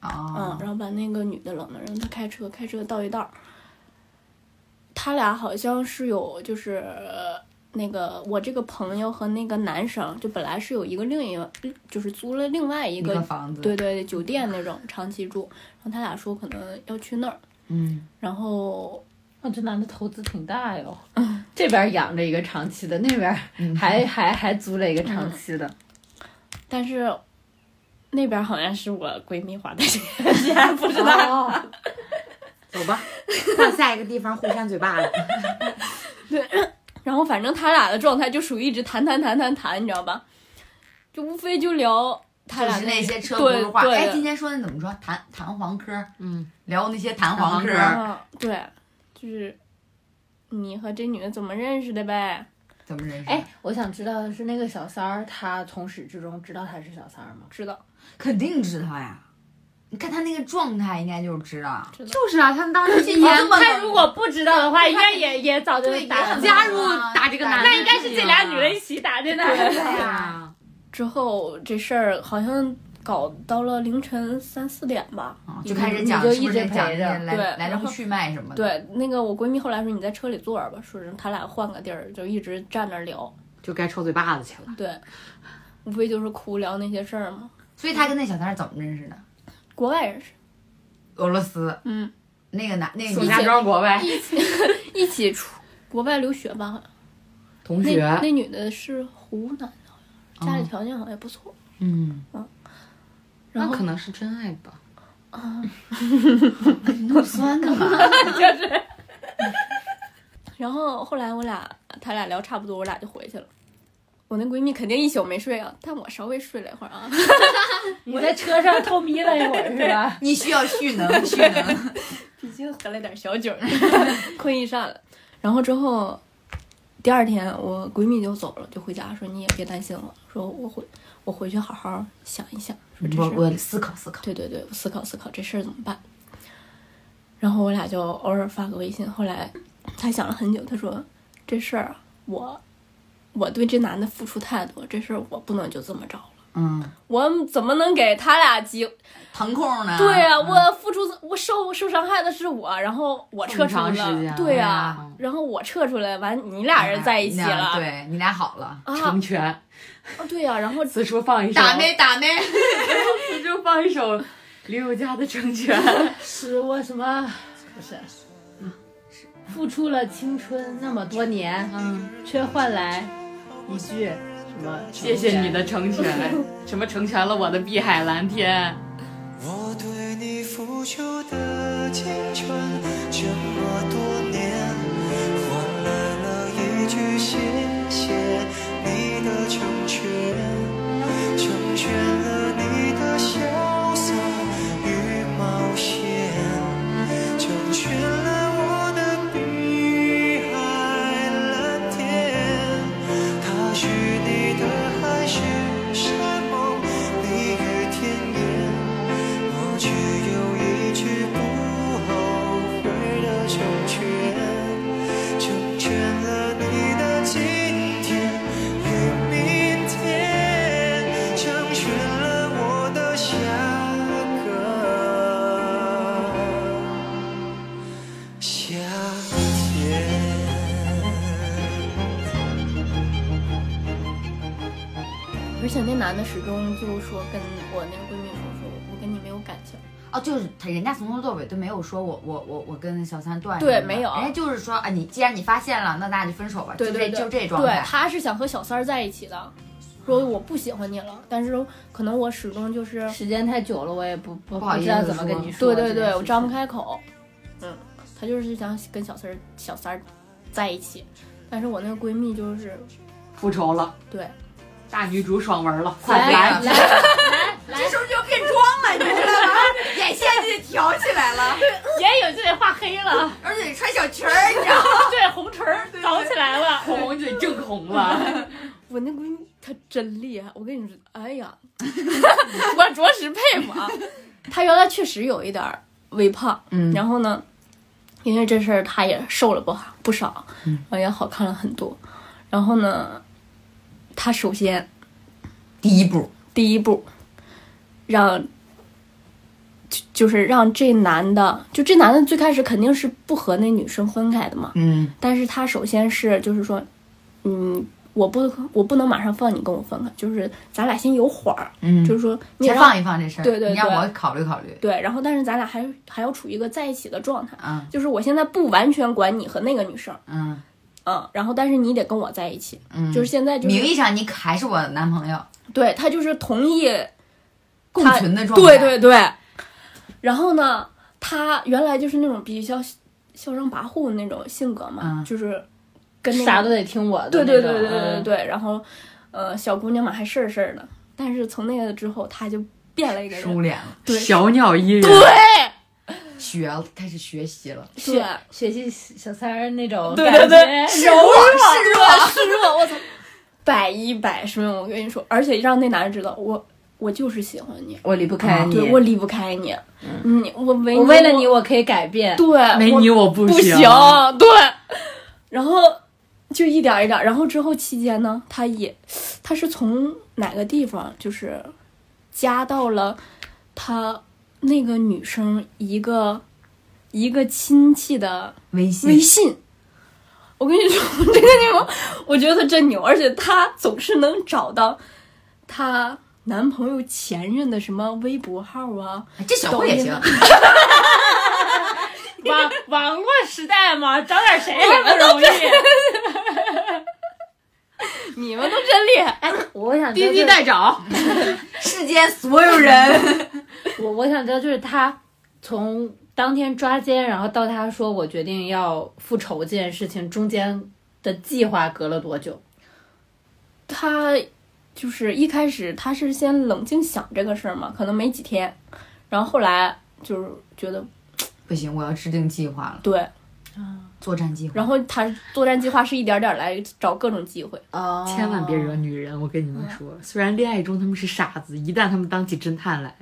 C: 嗯
B: 哦，，
C: 然后把那个女的冷了，让她开车，开车到一道儿。他俩好像是有，就是呃那个我这个朋友和那个男生，就本来是有一个另一个，就是租了另外一
B: 一
C: 个，
B: 个房子，
C: 对，对对，酒店那种长期住。然后他俩说可能要去那儿，
B: 嗯，
C: 然后
D: 哦，这男的投资挺大哟，嗯这边养着一个长期的，那边
B: 嗯
D: 还、还还租了一个长期的，
C: 但是那边好像是我闺蜜花的钱， 不知道。
A: 哦
B: 啊
A: 走吧，换下一个地方互扇嘴巴了。
C: 然后反正他俩的状态就属于一直谈谈谈谈谈，你知道吧？就无非就聊他
B: 就
C: 俩
B: 是那些车轱
C: 对
B: 辘话。
C: 对
B: 哎，
C: 的
B: 今天说的怎么说？弹弹簧科，
A: 嗯，
B: 聊那些弹簧
A: 弹簧
B: 科
C: 啊，对，就是你和这女的怎么认识的呗？
B: 怎么认识？
D: 哎，，我想知道的是，那个小三儿，他从始至终知道他是小三儿吗？
C: 知道，
B: 肯定知道呀。你看他那个状态，应该就是知道。
A: 就是啊，他们当时今
B: 年
A: 年
B: 这么
D: 他如果不知道的话，应该也也早就
B: 对，
D: 打
B: 也很
D: 了。
A: 加入啊打这个男的啊
D: 那应该是这俩
B: 啊
D: 女人一起打的呢。
B: 对
A: 呀，
C: 之后这事儿好像搞到了凌晨三四点吧。
B: 啊就开始讲
D: 你就是
B: 不
D: 一
B: 是
D: 直
B: 讲
D: 陪
B: 这些
D: 着
B: 来
C: 对
B: 来
C: 然
B: 龙
C: 后
B: 去脉什么的。，
C: 对，那个我闺蜜后来说你在车里坐着吧，说是他俩换个地儿，就一直站那儿聊。
A: 就该抽嘴巴子去了。
C: 对，无非就是哭聊那些事儿嘛。
B: 所以他跟那小三儿怎么认识的？
C: 国外认识，
B: 俄罗斯
C: 嗯，
B: 那个男那个
A: 宋
B: 女
A: 家庄国外
C: 一起一起出国外留学吧，好像
A: 同
C: 那
A: 学，哦
C: 那女的是湖南的，好像家里条件好像也不错。
B: 嗯，
A: 那
C: 然后
A: 可能是真爱吧。
B: 那么酸干嘛？
C: 然后后来我俩他俩聊差不多，我俩就回去了。我那闺蜜肯定一宿没睡啊，但我稍微睡了一会儿啊。
D: 你在车上 偷眯了一会儿是吧？
B: 你需要蓄 能，蓄能。
C: 毕竟喝了点小酒儿， 困一下了。然后之后，第二天我闺蜜就走了，就回家说你也别担心了，说我回我回去好好想一想，说这
B: 我
C: 事儿，
B: 我思考思考。
C: 对对对，我思考思考这事儿怎么办。然后我俩就偶尔发个微信。后来她想了很久，她说这事儿啊我我对这男的付出太多，这事儿我不能就这么着了。
B: 嗯，
C: 我怎么能给他俩机
A: 啊
B: 腾空呢？
C: 对呀、
B: 嗯
C: 我付出我受受伤害的是我，然后我撤出
A: 这么长时间
C: 了，
A: 啊哎
C: 对呀、
A: 嗯
C: 然后我撤出来，完你俩人在一起了，
B: 那对你俩好了，
C: 啊哦
A: 成，全，
C: 对呀、然后
A: 此处放一首，
B: 打没 打没？
A: 此处放一首林宥嘉的《成全》。
D: 使我什么？不是，付出了青春那么多年，
A: 嗯，
D: 却换来一句什么？
A: 谢谢你的成全，什么成全了我的碧海蓝天。
E: 我对你付出的青春这么多年，换来了一句谢谢你的成全，成全了你的潇洒与冒险，成全了我的碧海蓝天。它是你的海誓山盟，你与天言。我只有一句不后悔的成全，成全了你的今天与明天，成全了我的下个夏天。
C: 而且那男的始终就说跟我那个闺蜜说，说我跟你没有感情，
B: 哦，就是他人家从头到尾都没有说我我我我跟小三断
C: 对
B: 什么的
C: 没有
B: 人家就是说啊，你既然你发现了，那咱俩就分手吧，
C: 对
B: 就
C: 对对，
B: 这就这状
C: 对
B: 态，。
C: 他是想和小三儿在一起的，说我不喜欢你了，但是可能我始终就是，
D: 时间太久了，我也不不
B: 不好意思
D: 知道怎么跟你
C: 对
D: 说。
C: 对对，我张不
D: 开。
C: 开口。嗯，他就是想跟小三儿小三儿在一起，但是我那个闺蜜就是
A: 复仇了，
C: 对，
A: 大女主爽文了，快
D: 来
A: 来！
D: 来来，
B: 这时候就变装了，你知道吗？眼线就得挑起来了，
D: 眼影就得画黑了，
B: 而且得穿小裙儿，你知道吗？
D: 对，红唇儿搞起来了。
A: 口红就得正红了，
C: 我那闺蜜她真厉害，我跟你说，哎呀， 我着实佩服啊。她原来确实有一点儿微胖，
B: 嗯
C: 然后呢，因为这事儿她也瘦了不好不少，
B: 嗯
C: 然后也好看了很多。然后呢，她首先
B: 第一步，
C: 第一步，让就就是让这男的，就这男的最开始肯定是不和那女生分开的嘛，
B: 嗯
C: 但是他首先是就是说，嗯，我不我不能马上放你跟我分开，就是咱俩先有缓儿，
B: 嗯
C: 就是说你
B: 先
C: 让
B: 放一放这事儿，
C: 对对
B: 你让
C: 对
B: 我考虑考虑，
C: 对，然后但是咱俩还还要处于一个在一起的状态，
B: 嗯
C: 就是我现在不完全管你和那个女生，
B: 嗯
C: 嗯，然后但是你得跟我在一起，
B: 嗯，
C: 就是现在就
B: 名
C: 是
B: 义上你还是我男朋友，
C: 对他就是同意，
B: 共
C: 他
B: 存的状态，
C: 对对对，然后呢，他原来就是那种比较嚣张跋扈的那种性格嘛，
B: 嗯
C: 就是跟那个
D: 啥都得听我的。嗯
C: 对对对对对对。对。然后，呃，小姑娘嘛还事儿事儿的，但是从那个之后，她就变了一个人，
B: 收敛了，
C: 对
A: 小鸟依人。
B: 学了，开始学习了，
C: 是
D: 是学习小三儿那种
C: 对对对
D: 感觉
C: 柔弱示弱示弱，我操，百依百顺。我跟你说，而且让那男人知道我我就是喜欢你，
D: 我离不开你嗯
C: 对，我离不开你，你我为
D: 我为了你
C: 我
D: 我可以改变。
C: 对
A: 没
C: 我
A: 你我不
C: 不
A: 行，
C: 对。然后就一点儿一点儿，然后之后期间呢，他也他是从哪个地方就是加到了他那个女生一个一个亲戚的
B: 微
C: 微
B: 信，
C: 信。我跟你说， 这个牛，我觉得他真牛，而且她总是能找到她男朋友前任的什么微博号啊，
B: 哎这小慧也行，
D: 网网络时代嘛，找点谁也不容易。
C: 你们都真厉害。
D: 哎，我想知
A: 滴
D: 道
A: 滴
D: 就
A: 代找，
B: 世间所有人，
D: 是，我我想知道就是他从当天抓奸，然后到他说我决定要复仇这件事情中间的计划隔了多久？
C: 他就是一开始他是先冷静想这个事儿嘛，可能没几天，然后后来就是觉得
B: 不行，我要制定计划了，
C: 对，
B: 作战计划，
C: 然后他作战计划是一点儿点儿来找各种机会，
B: 哦
A: 千万别惹女人。我跟你们说，虽然恋爱中他们是傻子，一旦他们当起侦探来，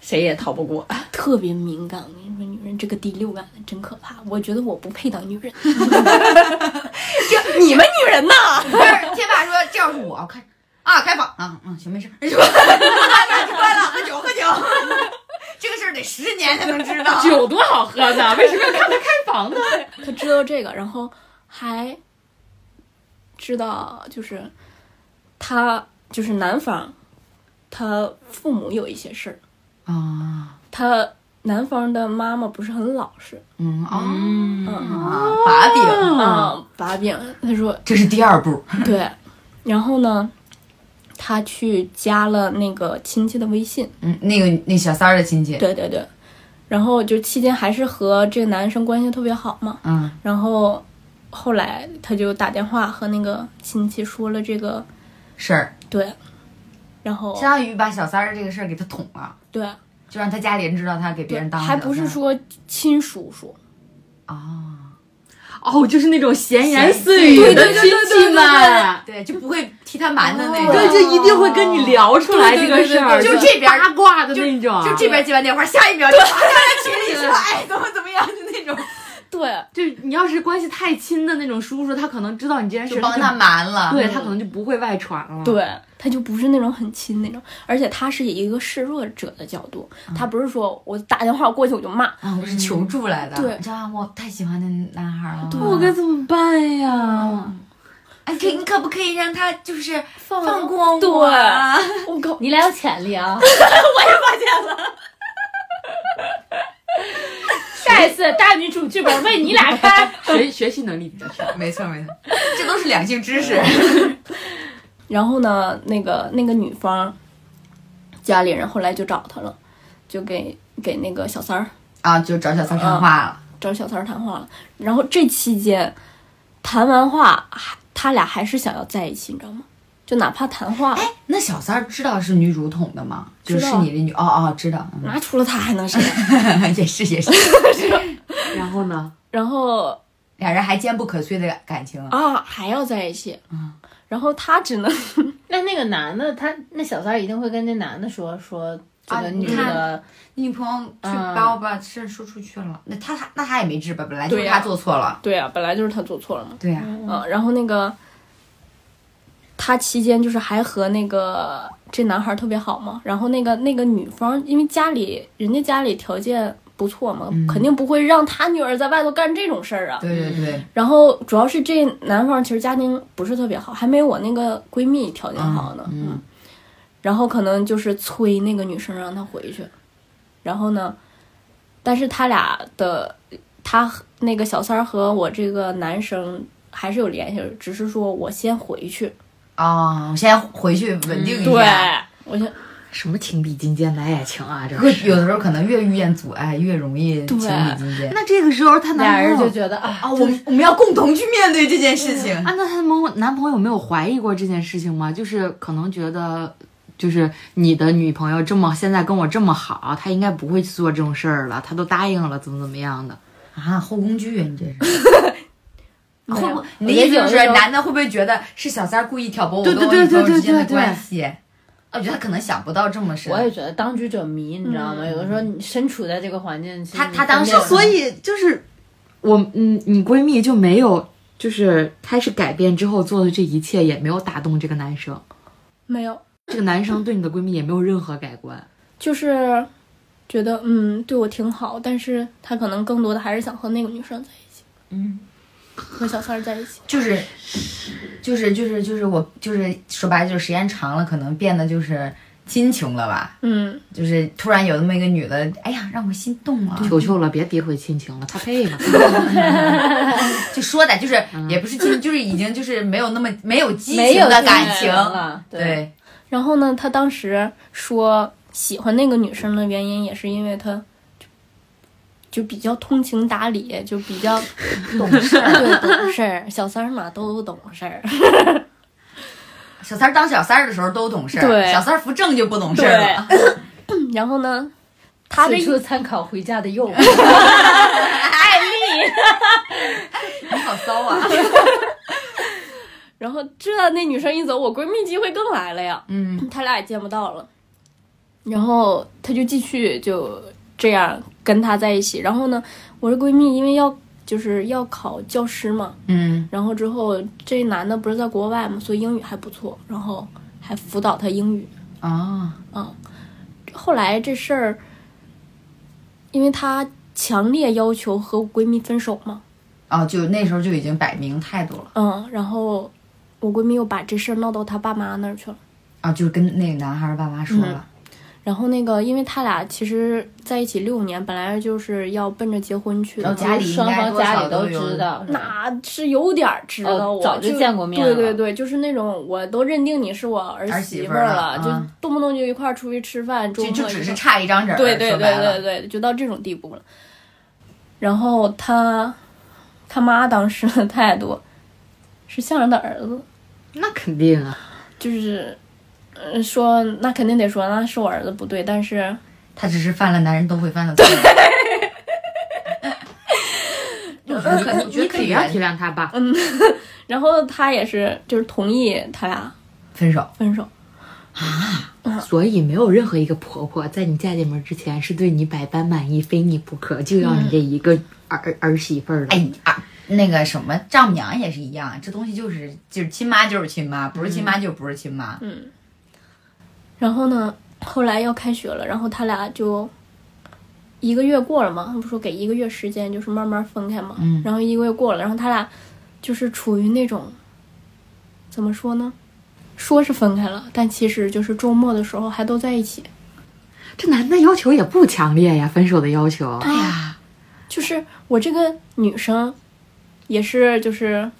D: 谁也逃不过。
C: 特别敏感。我跟你说，女人这个第六感真可怕，我觉得我不配当女人。你们女人呐，
B: 不是贴吧说这要是我开啊开房啊嗯行没事，就关了喝酒喝酒，这个事儿得十年才能知道。
A: 酒多好喝呢，为什么要看他开房呢？
C: 他知道这个，然后还知道就是他就是男方，他父母有一些事儿。
B: 啊
C: 他男方的妈妈不是很老实，
B: 嗯
A: 嗯
B: 啊把柄，
C: 啊，把柄。他说
B: 这是第二步，
C: 对，然后呢，他去加了那个亲戚的微信，
B: 嗯那个那小三儿的亲戚，
C: 对对对，然后就期间还是和这个男生关系特别好嘛，
B: 嗯
C: 然后后来他就打电话和那个亲戚说了这个，
B: 事儿，
C: 对，然后
B: 相当于把小三儿这个事儿给他捅了，
C: 对
B: 就让他家里人知道他给别
C: 对
B: 人，当
C: 还不
B: 小
C: 是
B: 三儿
C: 说亲叔叔，
B: 啊，
A: 哦，就是那种闲言碎语的亲戚们，
B: 对就不会踢他瞒的那
C: 对
A: 对，
B: 种。
A: 就一定会跟你聊出来这个事儿，
B: 对对对对对对
A: 是八卦的那种，
B: 就这边接完电话，下一秒就发在群里说，哎，怎么怎么样，就那种，
C: 对
A: 就你要是关系太亲的那种叔叔，他可能知道你这件事，
B: 就帮他
A: 就
B: 瞒了。嗯
A: 对他可能就不会外传了。，
C: 对，他就不是那种很亲那种，而且他是以一个示弱者的角度，他不是说我打电话过去我就骂，
B: 啊，我是求助来的。
C: 对
B: 你知道吗？我太喜欢那男孩了。
A: 哦我该怎么办呀？
B: 哎，可以你可不可以让他就是
C: 放
B: 放过
C: 对
B: 我啊？
C: 我靠，
D: 你俩有潜力啊！再次大女主剧本为你俩开。
A: 学 学习能力比较强。
B: 没错没错，这都是两性知 识。
C: 然后呢，那个那个女方家里人后来就找他了，就给给那个小三儿
B: 啊，就找小三谈话了。
C: 找小三儿谈话了。然后这期间谈完话，还他俩还是想要在一起，你知道吗？就哪怕谈话，
B: 那小三儿知道是女主捅的吗？就
C: 知道
B: 是你的女哦哦，知道，嗯
C: 那除了他还能谁？
B: 也是也 是，
A: 然后呢？
C: 然后
B: 俩人还坚不可摧的感情。
C: 啊，还要在一起。然后他只能
D: 那那个男的，他那小三儿一定会跟那男的说说这
B: 啊
D: 个女
B: 你看
D: 的，
B: 女朋友去
D: 嗯
B: 把我把事儿说出去了，那他他那他也没治吧？本来就是
C: 对呀
B: 他做错了。
C: 对啊，本来就是他做错了嘛。
B: 对呀、
C: 嗯，然后那个他期间就是还和那个这男孩儿特别好嘛，然后那个那个女方因为家里人家家里条件不错嘛，
B: 嗯
C: 肯定不会让他女儿在外头干这种事儿啊。
B: 对对对，
C: 然后主要是这男方其实家庭不是特别好，还没我那个闺蜜条件好呢。
B: 嗯嗯
C: 然后可能就是催那个女生让她回去，然后呢，但是他俩的他和那个小三儿和我这个男生还是有联系，只是说我先回去，
B: 啊、我先回去稳定一
C: 对
B: 下。
C: 我先
A: 什么情比金坚的爱情啊？这
B: 会有的时候可能越遇见阻碍，越容易情
C: 对
B: 比金坚。
A: 那这个时候她
D: 俩
A: 男
D: 人
A: 朋
D: 就
A: 友
D: 觉得啊，
B: 啊，我们我们要共同去面对这件事 情。
A: 啊，那她男男朋友没有怀疑过这件事情吗？就是可能觉得。就是你的女朋友这么现在跟我这么好，她应该不会去做这种事儿了，她都答应了，怎么怎么样的？
B: 啊，后宫剧，你这是。 会不会？你
D: 我
B: 的
D: 觉得
B: 意思就
D: 有的
B: 是
D: 时候
B: 男的会不会觉得是小三儿故意挑拨我
A: 对
B: 跟
A: 对
B: 我女朋
A: 对
B: 友
A: 对
B: 之间的
A: 对对
B: 关系？啊我觉得他可能想不到这么深
D: 我。也觉得当局者迷，你知道吗？有的时候你身处在这个环境，其实
B: 他
D: 你
B: 他当
D: 分
B: 时
D: 辨不
A: 所以就是我，嗯，你闺蜜就没有，就是开始改变之后做的这一切也没有打动这个男生，
C: 没
D: 啊
C: 有，
A: 这个男生对你的闺蜜也没有任何改观。
C: 就是觉得嗯对我挺好，但是他可能更多的还是想和那个女生在一起，
B: 嗯，
C: 和小三儿在一起。
B: 就是，就是就是就是我就是说白了就是时间长了，可能变得就是亲情了吧？
C: 嗯，
B: 就是突然有那么一个女的，哎呀，让我心动了。
A: 求求了，别诋毁亲情了，她配吗？
B: 就说的就是也不是亲，就是已经 就是没有那么没有激
D: 没
B: 情
D: 有
B: 的感
D: 激
B: 情。
D: 了，对，
B: 对，
C: 然后呢，他当时说喜欢那个女生的原因，也是因为他就就比较通情达理，就比较懂事儿，对懂事儿，小三儿嘛都懂事儿。
B: 小三儿当小三儿的时候都懂事儿，
C: 对
B: 小三儿扶正就不懂事儿了。
C: 然后呢，他这
D: 此处
C: 一
D: 参考回家的 诱惑。
B: 你好骚啊！
C: 然后这那女生一走，我闺蜜机会更来了呀，
B: 嗯，
C: 他俩也见不到了。然后他就继续就这样跟他在一起。然后呢，我这闺蜜因为要就是要考教师嘛，
B: 嗯，
C: 然后之后这男的不是在国外嘛，所以英语还不错，然后还辅导他英语。
B: 哦，
C: 后来这事儿，因为他强烈要求和我闺蜜分手嘛，
B: 哦，就那时候就已经摆明态度了
C: 嗯，然后我闺蜜又把这事儿闹到他爸妈那儿去了。
B: 啊，就是跟那个男孩儿爸妈说了，
C: 然后那个，因为他俩其实在一起六年，本来就是要奔着结婚去
B: 然
C: 的
B: 后，家里应
D: 双
B: 该
D: 方
B: 多
D: 家
B: 少
D: 里
B: 都有
D: 知。道，
C: 那是有点儿知道
D: 哦
C: 我，
D: 早就见过面
C: 对
D: 了
C: 对对，就是那种我都认定你是我儿
B: 儿媳
C: 媳
B: 妇
C: 妇
B: 儿
C: 儿
B: 了
C: 了，就
B: 啊
C: 动不动就一块儿出去吃饭，周
B: 就
C: 末
B: 就
C: 一
B: 只
C: 块
B: 是
C: 儿
B: 差一张纸儿，
C: 对对
B: 说
C: 对
B: 白了
C: 对对，就到这种地步了。然后他他妈当时的态度是向着他儿子，
A: 那肯定啊，
C: 就是呃说那肯定得说那是我儿子不对，但是
B: 他只是犯了男人都会犯的错。我觉得可你觉得可以
A: 不
B: 原
A: 要
B: 谅
A: 体谅他吧。
C: 然后他也是就是同意他俩
B: 分手，
C: 分手。
A: 所以没有任何一个婆婆在你嫁进门之前是对你百般满意、非你不可，就要你这一个儿、儿媳妇儿的。
B: 哎呀，那个什么丈母娘也是一样，这东西就是就是亲妈就是亲妈，不是亲
C: 嗯
B: 妈就不是亲妈。嗯
C: 然后呢，后来要开学了，然后他俩就一个月过了嘛，不是说给一个月时间，就是慢慢分开嘛。
B: 嗯
C: 然后一个月过了，然后他俩就是处于那种怎么说呢？说是分开了，但其实就是周末的时候还都在一起。
A: 这男的要求也不强烈呀，分手的要求。
B: 哎呀，
C: 就是我这个女生也是就是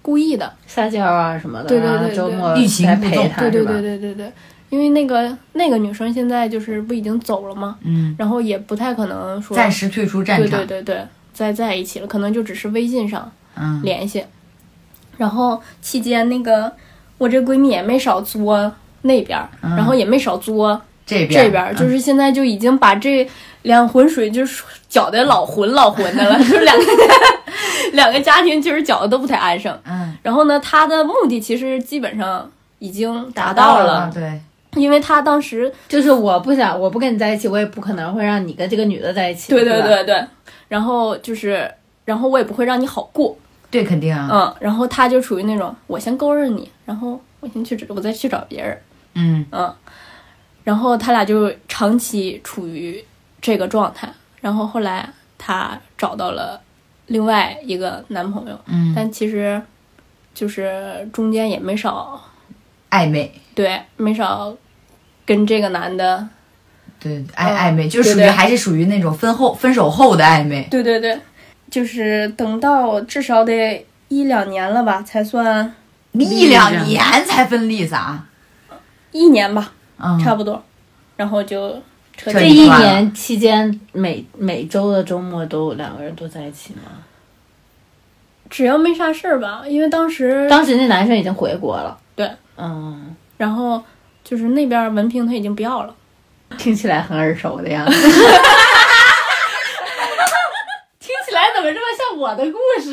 C: 故意的，
D: 撒娇啊什么的，
C: 对对对
D: 然后周末
B: 欲擒
D: 来
B: 故
D: 陪
B: 纵
D: 他，
C: 对对
D: 是吧
C: 对对对对，因为那个那个女生现在就是不已经走了吗？
B: 嗯，
C: 然后也不太可能说
B: 暂时退出战
C: 对
B: 场，
C: 对对对再在一起了，可能就只是微信上
B: 嗯，
C: 联系。然后期间那个我这闺蜜也没少作那边儿，
B: 嗯
C: 然后也没少作
B: 这边嗯
C: 这边儿，就是是现在就已经把这两浑水就是搅得老浑老浑的了， 就是两个两个家庭其实搅得都不太安生。
B: 嗯
C: 然后呢，他的目的其实基本上已经达
D: 达
C: 到
D: 到
C: 了
D: 了，
B: 哦对，
C: 因为他当时
D: 就是我不想，我不跟你在一起，我也不可能会让你跟这个女的在一起。
C: 对
D: 对
C: 对
D: 吧，
C: 对对，然后就是，然后我也不会让你好过，
B: 这肯定啊，
C: 嗯，然后他就处于那种我先勾着你，然后我先去找，我再去找别人，
B: 嗯
C: 嗯，然后他俩就长期处于这个状态，然后后来他找到了另外一个男朋友，
B: 嗯，
C: 但其实就是中间也没少
B: 暧昧，
C: 对没少跟这个男的，
B: 对
C: 嗯
B: 暧暧昧，就是属
C: 对
B: 于
C: 对
B: 还是属于那种分后分手后的暧昧，
C: 对对对，就是等到至少得一两年了吧，才算
B: 一两年才分离啥？
C: 一年吧，
B: 嗯，
C: 差不多，然后就彻
B: 彻
C: 底
D: 这
B: 底
D: 一
B: 断了
D: 年期间，每每周的周末都两个人都在一起吗？
C: 只要没啥事儿吧，因为当时
D: 当时那男生已经回国了。
C: 对，
D: 嗯，
C: 然后就是那边儿文凭他已经不要了，
D: 听起来很耳熟的 样子。听起来怎么这么像我的故事？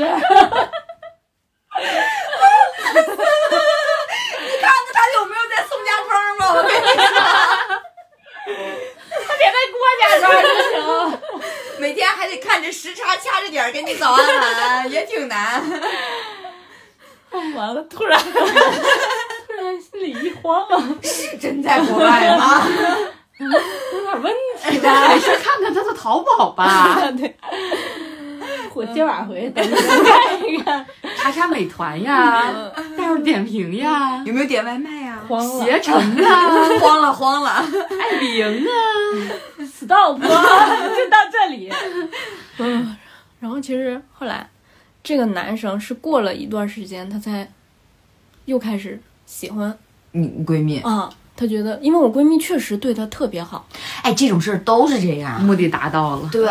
B: 他有没有在宋家庄吧？我跟
D: 别在郭家庄就行。
B: 每天还得看着时差掐着点儿给你早安晚安，也挺难。
C: 完了，突然突然心里一慌啊，
B: 真在国外吗？
C: 有点问
A: 哎你是看看他的淘宝吧，
C: 题，对，
D: 我今晚回去等你看一看。
A: 查查美团呀，大众点评呀，
B: 有没有点外卖呀、
D: 慌了
A: 携程啊，
B: 慌嗯了慌了，
A: 爱彼迎啊，
D: ，stop，就到这里。
C: 嗯， 然后其实后来这个男生是过了一段时间，他才又开始喜欢
B: 你你闺蜜，
C: 啊，他觉得因为我闺蜜确实对他特别好，
B: 哎，这种事儿都是这样。
A: 目的达到了。
B: 对，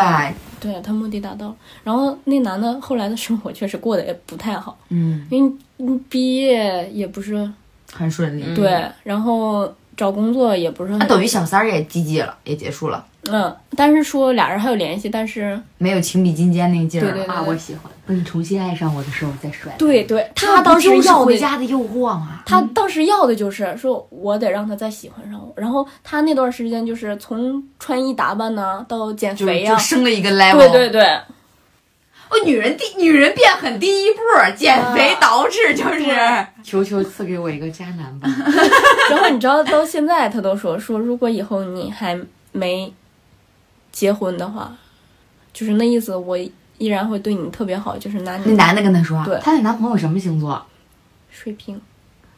C: 对他目的达到了，然后那男的后来的生活确实过得也不太好，
B: 嗯，
C: 因为嗯毕业也不是
B: 很顺利。
C: 对，然后找工作也不是很
B: 那、嗯啊等于小三儿也积极了，也结束了，
C: 嗯，但是说俩人还有联系，但是
B: 没有情比金坚那个劲儿了。
C: 对对
A: 啊，我喜欢。等你重新爱上我的时候再甩。
C: 对对，
B: 这
C: 他
B: 不
C: 当时
B: 就是
C: 要
B: 回
C: 的，
B: 家的嗯诱惑吗？
C: 他当时要的就是说，我得让他再喜欢上我。然后他那段时间就是从穿衣打扮呐、到减
B: 就
C: 肥呀、啊
B: 就升了一个 level。
C: 对对 对，
B: 哦，女人第女人变狠第一步，减肥捯饬就是。
A: 求求赐给我一个渣男吧。
C: 然后你知道到现在他都说说，如果以后你还没结婚的话，就是那意思，我依然会对你特别好，就是拿
B: 那
C: 你
B: 男的跟她说，
C: 对
A: 她那男朋友什么星座？
C: 水平。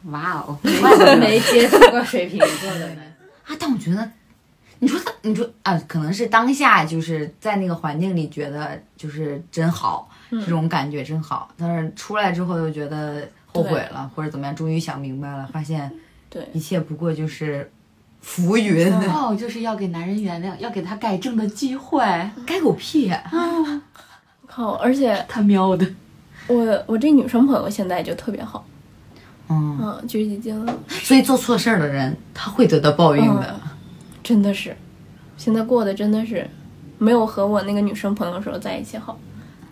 A: 哇哦，
D: 我都没接触过水瓶座的人。
B: 啊，但我觉得，你说他，你说啊，可能是当下就是在那个环境里觉得就是真好，
C: 嗯
B: 这种感觉真好，但是出来之后又觉得后悔了，或者怎么样，终于想明白了，发现
C: 对
B: 一切不过就是浮云，
A: 哦，就是要给男人原谅，要给他改正的机会。
B: 该狗哎屁呀、
C: 靠！而且
A: 他喵的，
C: 我我这女生朋友现在就特别好，
B: 嗯，
C: 嗯，就已经
B: 所以做错事儿的人他会得到报应的，
C: 真的是，现在过得真的是没有和我那个女生朋友的时候在一起好。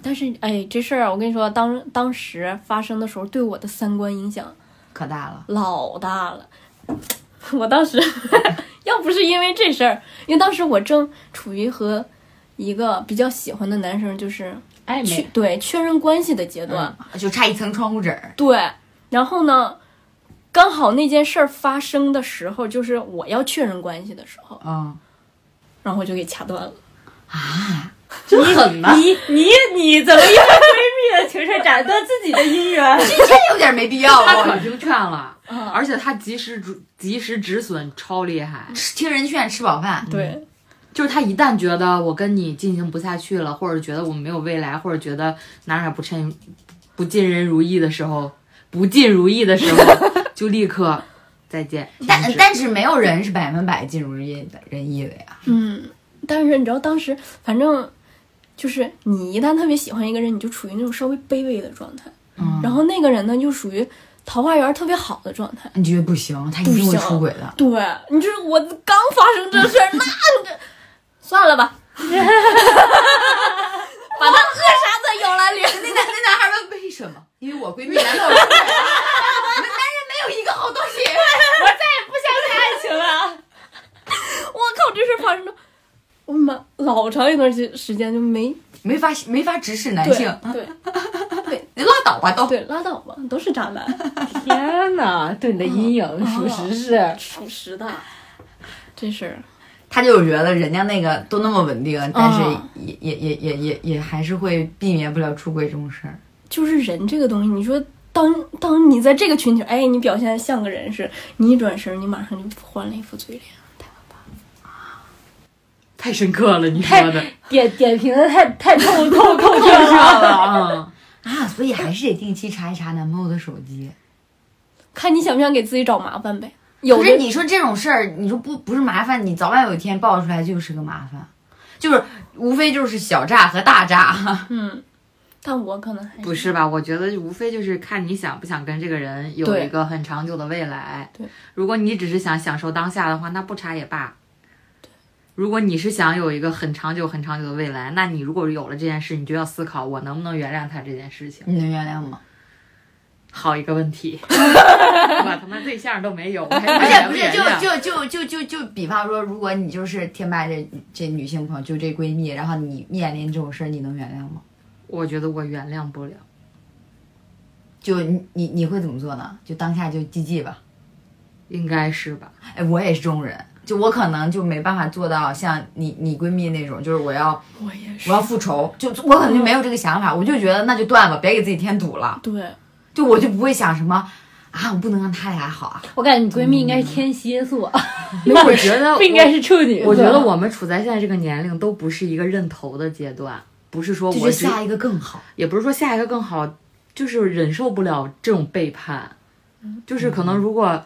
C: 但是，哎，这事儿我跟你说，当当时发生的时候，对我的三观影响
B: 可大了。
C: 老大了。 我当时 要不是因为这事儿，因为当时我正处于和一个比较喜欢的男生就是
D: 暧
C: 确，对确认关系的阶段，
B: 就差一层窗户纸儿，
C: 对，然后呢，刚好那件事儿发生的时候，就是我要确认关系的时候，
B: 嗯，
C: 然后我就给掐断了。
D: 真狠呐！ 你你你怎么因为闺蜜的情事斩断自己的姻缘？
B: 这有点没必 要
A: 他
B: 了。
A: 可
B: 我
A: 听劝了，
C: 啊
A: 而且他及时止及时止损，超厉害。
B: 听人劝，吃饱饭。
C: 对，
A: 就是他一旦觉得我跟你进行不下去了，或者觉得我们没有未来，或者觉得哪哪不趁不尽人如意的时候，不尽如意的时候，就立刻再见。
B: 但
A: 停止
B: 嗯但是没有人是百分百尽如意的人意的呀。
C: 嗯，但是你知道当时，反正就是你一旦特别喜欢一个人，你就处于那种稍微卑微的状态，
B: 嗯
C: 然后那个人呢就属于桃花源特别好的状态。
B: 你觉得不行，他一定
C: 不
B: 会
C: 行
B: 出轨的。
C: 对你就是我刚发生这 事儿，那你这算了吧， 把他扼杀在摇篮里。
B: 那男那男孩问为什么？因为我闺蜜男友出轨了，我们男人没有一个好东 西。
C: 爱情啊！我靠，这事儿发生的，我妈老长一段时时间就没
B: 没法没法直视男
C: 对
B: 性，
C: 对
B: 你拉倒吧都。
C: 对，拉倒吧，都是渣男，
D: 天哪，对你的阴影属实是。
C: 属实的，真是
B: 他就觉得人家那个都那么稳定，但是
C: 嗯
B: 也、也也也也也还是会避免不了出轨这种事儿。
C: 就是人这个东西，你说。当当你在这个群体，哎，你表现得像个人似，你一转身，你马上就换了一副嘴脸。
A: 太深刻了，你说 的，
D: 点点评的太太透透透彻
A: 知
D: 了，
A: 道 了，
B: 啊，所以还是得定期查一查男朋友的手机。
C: 看你想不想给自己找麻烦呗。
B: 可
C: 有
B: 是
C: 的
B: 你说这种事儿，你说不不是麻烦，你早晚有一天爆出来就是个麻烦，就是无非就是小诈和大诈。
C: 嗯，但我可能还
A: 嗯，不是吧？我觉得无非就是看你想不想跟这个人有
C: 对
A: 一个很长久的未来。
C: 对，
A: 如果你只是想享受当下的话，那不查也罢。如果你是想有一个很长久、很长久的未来，那你如果有了这件事，你就要思考我能不能原谅他这件事情。
B: 你能原谅吗？
A: 好一个问题，我他妈对象都没有，我还
B: 不是不是，
A: 原谅
B: 就就就就就就比方说，如果你就是天霸这这女性朋友，就这闺蜜，然后你面临这种事儿，你能原谅吗？
A: 我觉得我原谅不了。
B: 就你你你会怎么做呢？就当下就 GG 吧。
A: 应该是 吧？
B: 哎，我也是这种人，就我可能就没办法做到像你你闺蜜那种，就是我要
C: 我也是
B: 我要复仇，就我可能就没有这个想法，我就觉得那就断吧，别给自己添堵了，
C: 对，
B: 就我就不会想什么。啊，我不能让他俩好啊！
D: 我感觉你闺蜜应该是天蝎座，
A: 因 为我觉得
D: 不应该是处女座。
A: 我觉得我们处在现在这个年龄都不是一个认头的阶段，不是说
B: 就
A: 我
B: 是
A: 只
B: 下一个更好，
A: 也不是说下一个更好，就是忍受不了这种背叛，
B: 嗯
A: 就是可能如果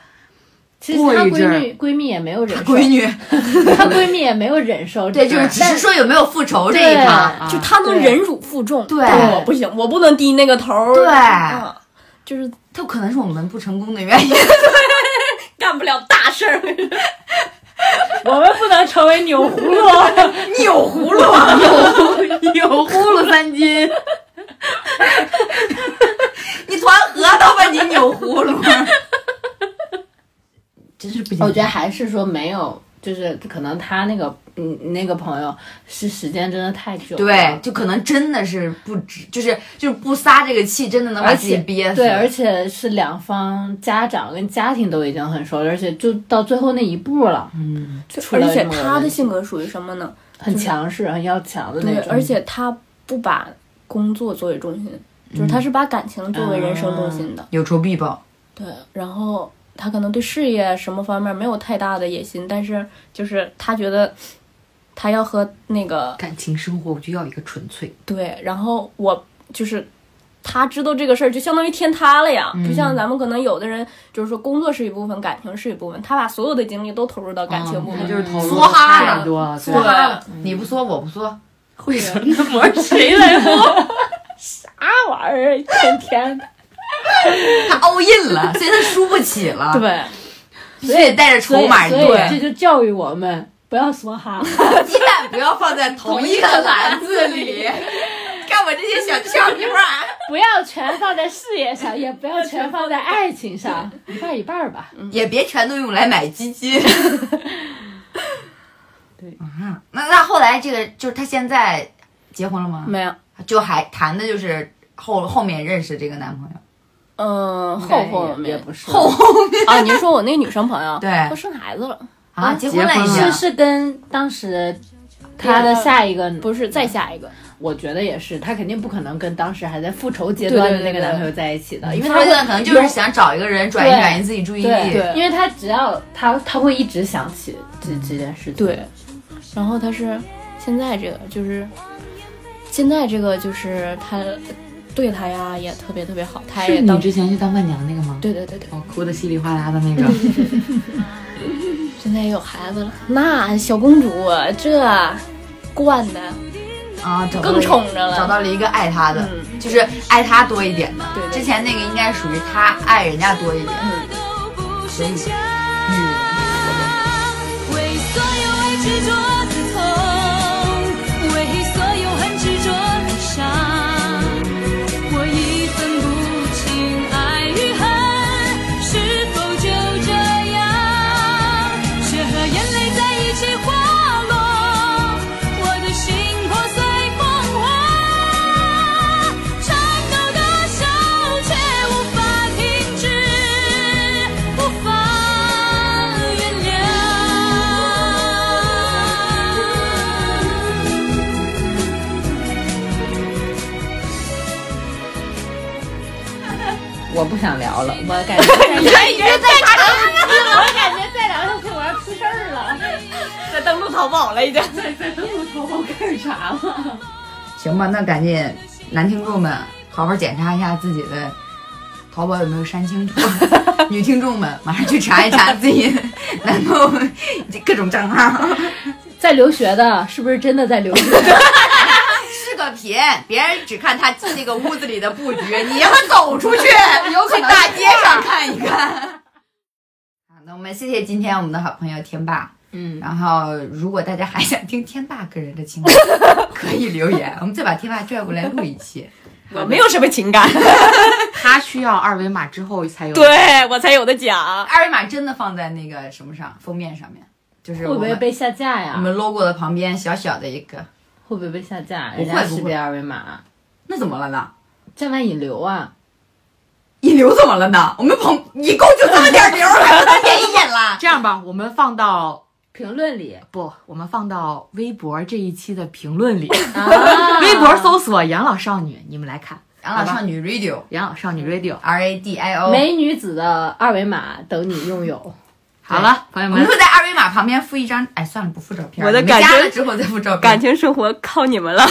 D: 其实
A: 过
D: 她
A: 一阵
D: 闺
A: 儿
D: 蜜闺蜜也没有忍受，
B: 闺女，
D: 她闺蜜也没有忍受这
B: 对，
D: 事
B: 就
D: 儿，
B: 是只是说有没有复仇这一
D: 对
B: 趴，
A: 啊
C: 就他能
D: 对
C: 忍辱负重，
B: 对
C: 但我不行，我不能低那个头儿。
B: 对
C: 嗯就是
B: 它可能是我们不成功的原因。
C: 干不了大事儿。
D: 但我们不能成为钮葫芦。
B: 扭葫芦，
A: 有呼噜三斤，
B: 你团核桃吧，你扭葫芦，真是不行。
D: 我觉得还是说没有，就是可能她那个嗯那个朋友是时间真的太久 了，
B: 对，就可能真的是不止，就是就是不撒这个气，真的能把
D: 而
B: 自己
D: 且
B: 憋死。
D: 对，而且是两方家长跟家庭都已经很熟了，而且就到最后那一步了，
B: 嗯
C: 就
D: 出
C: 而
D: 了
C: 且
D: 这么个
C: 他的
D: 问
C: 性格属于什么呢？
D: 很强势，很要强的那
C: 对，
D: 种。
C: 而且他不把工作作为重心，就是
D: 嗯
C: 他是把感情作为人生重心
D: 啊
C: 的。
B: 有仇必报，
C: 对，然后他可能对事业什么方面没有太大的野心，但是就是他觉得他要和那个
A: 感情生活我就要一个纯粹，
C: 对，然后我就是他知道这个事儿，就相当于天塌了呀。不像咱们可能有的人就是说工作是一部分，感情是一部分，他把所有的精力都投入到感情部
A: 嗯他
C: 分。
A: 就是投入
B: 梭哈了
A: 太多了，
B: 梭
A: 对
B: 哈了，嗯你不说我不说，
A: 会什么膜谁来？
C: 啥玩意儿？天 天的。
B: 他 all in 了，所以他输不起 了，
C: 对，
B: 所以带着
D: 所
B: 筹
D: 以
B: 码，
D: 所以这就教育我们不要说 哈。
B: 鸡蛋不要放在 同一个篮子里。看我这些小俏皮话，
D: 不要全放在事业上，也不要全放在爱 情上，一半儿一半儿吧。
B: 也别全都用来买基金。
D: 对
B: 啊，那那后来这个就是他现在结婚了吗？
C: 没有。
B: 就还谈的就是后后面认识这个男朋友，
C: 嗯，后
D: 也
C: 后
D: 也
C: 面
D: 不是
B: 后后面
C: 啊，您说我那个女生朋友，
B: 对
C: 都生孩子了，
B: 啊，结婚了已
A: 结
B: 经
A: 婚
D: 是
A: 了
D: 是跟当时他的下一个不，
C: 不是再下一个，
D: 我觉得也是，他肯定不可能跟当时还在复仇阶
C: 对
D: 段
C: 对
D: 的那
C: 对
D: 个
C: 对
D: 男朋友在一起的，因为
B: 因为
D: 他
B: 他
D: 会
B: 可能就是想找一个人转移
D: 对
B: 转移自己注意力。
D: 对，
C: 对
D: 因为他只要他他会一直想起这这件事情。
C: 对，然后他是现在这个就是现在这个就是他对他呀也特别特别好，他
A: 是
C: 也
A: 你
C: 当
A: 之前去当伴娘那个吗？，
C: 对对对对，
A: 哦，哭的稀里哗啦的 那个，
C: 现在也有孩子了，那小公主啊这惯的
B: 啊，找到
C: 更
B: 了
C: 宠着了
B: 找到了一个爱他的，
C: 嗯
B: 就是爱他多一点的。
C: 对对
B: 之前那个应该属于他爱人家多一点。
F: 都不
B: 所以
F: 剩下，
B: 嗯，
F: 为所有爱执着的痛，为所有恨执着的伤，我已分不清爱与恨，是否就这样？血和眼泪在一起滑落，我的心破碎狂欢，颤抖的手却无法停止，无法原谅。
B: 我不想聊了。
D: 我感觉 你看你这在查我感觉再聊下去我要出事儿了，
C: 在登录淘宝了已经。
D: 淘宝开始查了。
B: 行吧，那赶紧，男听众们好好检查一下自己的淘宝有没有删清 楚。女听众们马上去查一查自己的男朋友各种账号。
D: 在留学的，是不是真的在留学？
B: 是个贫，别人只看他这个屋子里的布局，你要走出去， 有可能大街上看一看。 好，那我们谢谢今天我们的好朋友天霸。
A: 嗯，
B: 然后，如果大家还想听天霸个人的情 感，可以留言，我们再把天霸拽过来录一期。
C: 我没有什么情感，
A: 他需要二维码之后 才有。
C: 对我才有的讲。
B: 二维码真的放在那个什么上封面上面，就是
D: 会
B: 我
D: 不会
B: 们
D: 被下架
B: 我
D: 呀？
B: 们 logo 的旁边小小的一个，
D: 会不会被下架？
B: 不会
D: 人家
B: 不
D: 识
B: 会
D: 别二维码，
B: 那怎么了呢？
D: 站外引流啊！
B: 引流怎么了呢？我们捧一共就这么点流，还不能点一眼 啦？
A: 这样吧，我们放到
D: 评论里
A: 不，我们放到微博这一期的评论里，
D: 啊
A: 微博搜索“养老少女”，你们来看
B: 养老少女 radio。
A: “养老少女 Radio”。
B: R A D I O。
D: 美女子的二维码等你拥有。
A: 好了，朋友
B: 我
A: 们
B: 们，会在二维码旁边附一张，哎，算了，不附照片。
C: 我的
B: 你
C: 感
B: 们加
C: 觉
B: 了之后再附照
C: 感
B: 片。
C: 情生活靠你们了，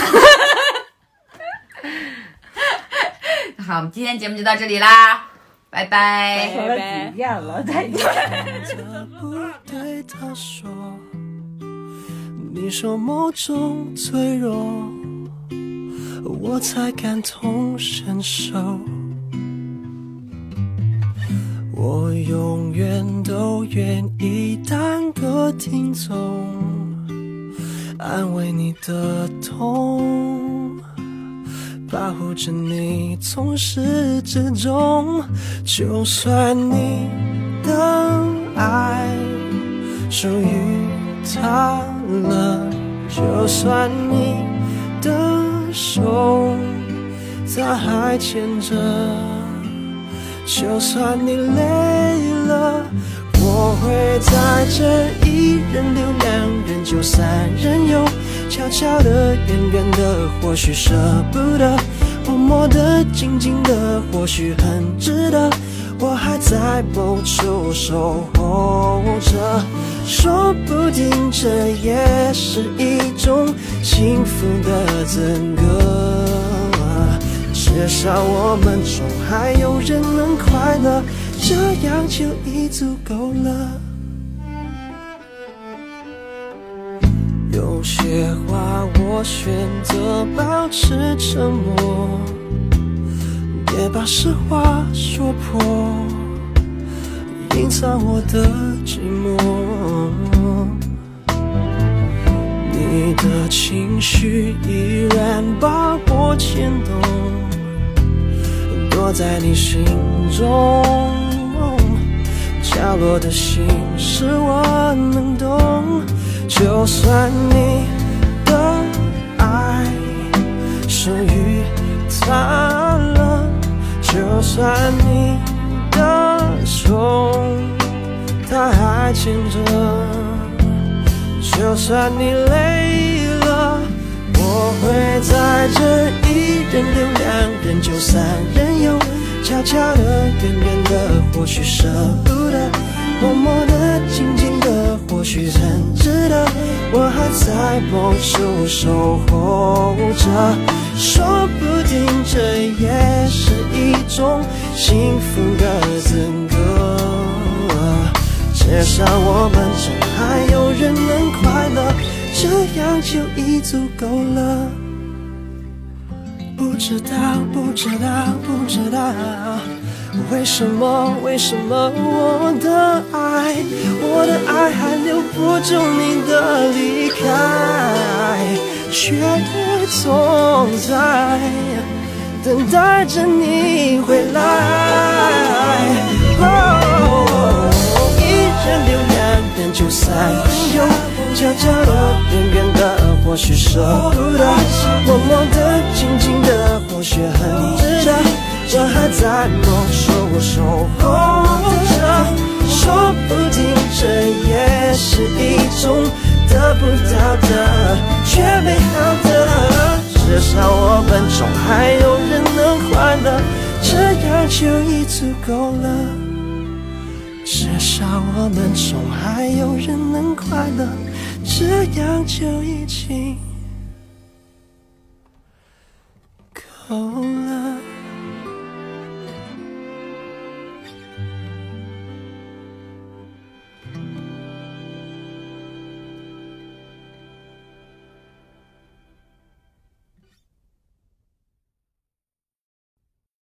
B: 好，我们今天节目就到这里啦，拜拜
C: 拜拜。
E: 不对他说，你说某种脆弱，我才感同身受。我永远都愿意当个听众，安慰你的痛。保护着你从始至终。就算你的爱属于他了，就算你的手他还牵着，就算你累了。我会在这一人留两人就三人游，悄悄的、远远的，或许舍不得，默默的、静静的，或许很值得。我还在某处守候着，说不定这也是一种幸福的资格。至少我们中还有人能快乐，这样就已足够了。有些话我选择保持沉默，别把实话说破，隐藏我的寂寞。你的情绪依然把我牵动，躲在你心中。角落的心事我能懂，就算你的爱属于他了，就算你的手他还牵着。就算你累了，我会在这一人留两人就三人游，悄悄的、远远的，或许舍不得，默默的、静静的，或有许人知道，我还在某处守候着，说不定这也是一种幸福的资格。至少我们中还有人能快乐，这样就已足够了。不知道，不知道，不知道，为什么，为什么我的爱，我的爱还留不住你的离开，却总在等待着你回来。哦一人留两边就散友，悄悄的、远远的，或许舍不得，默默的、静静的，或许很值得。我还在某处守候着，说不定这也是一种得不到的却美好的。至少我们中还有人能快乐，这样就已足够了。至少我们中还有人能快乐，这样就已经够了。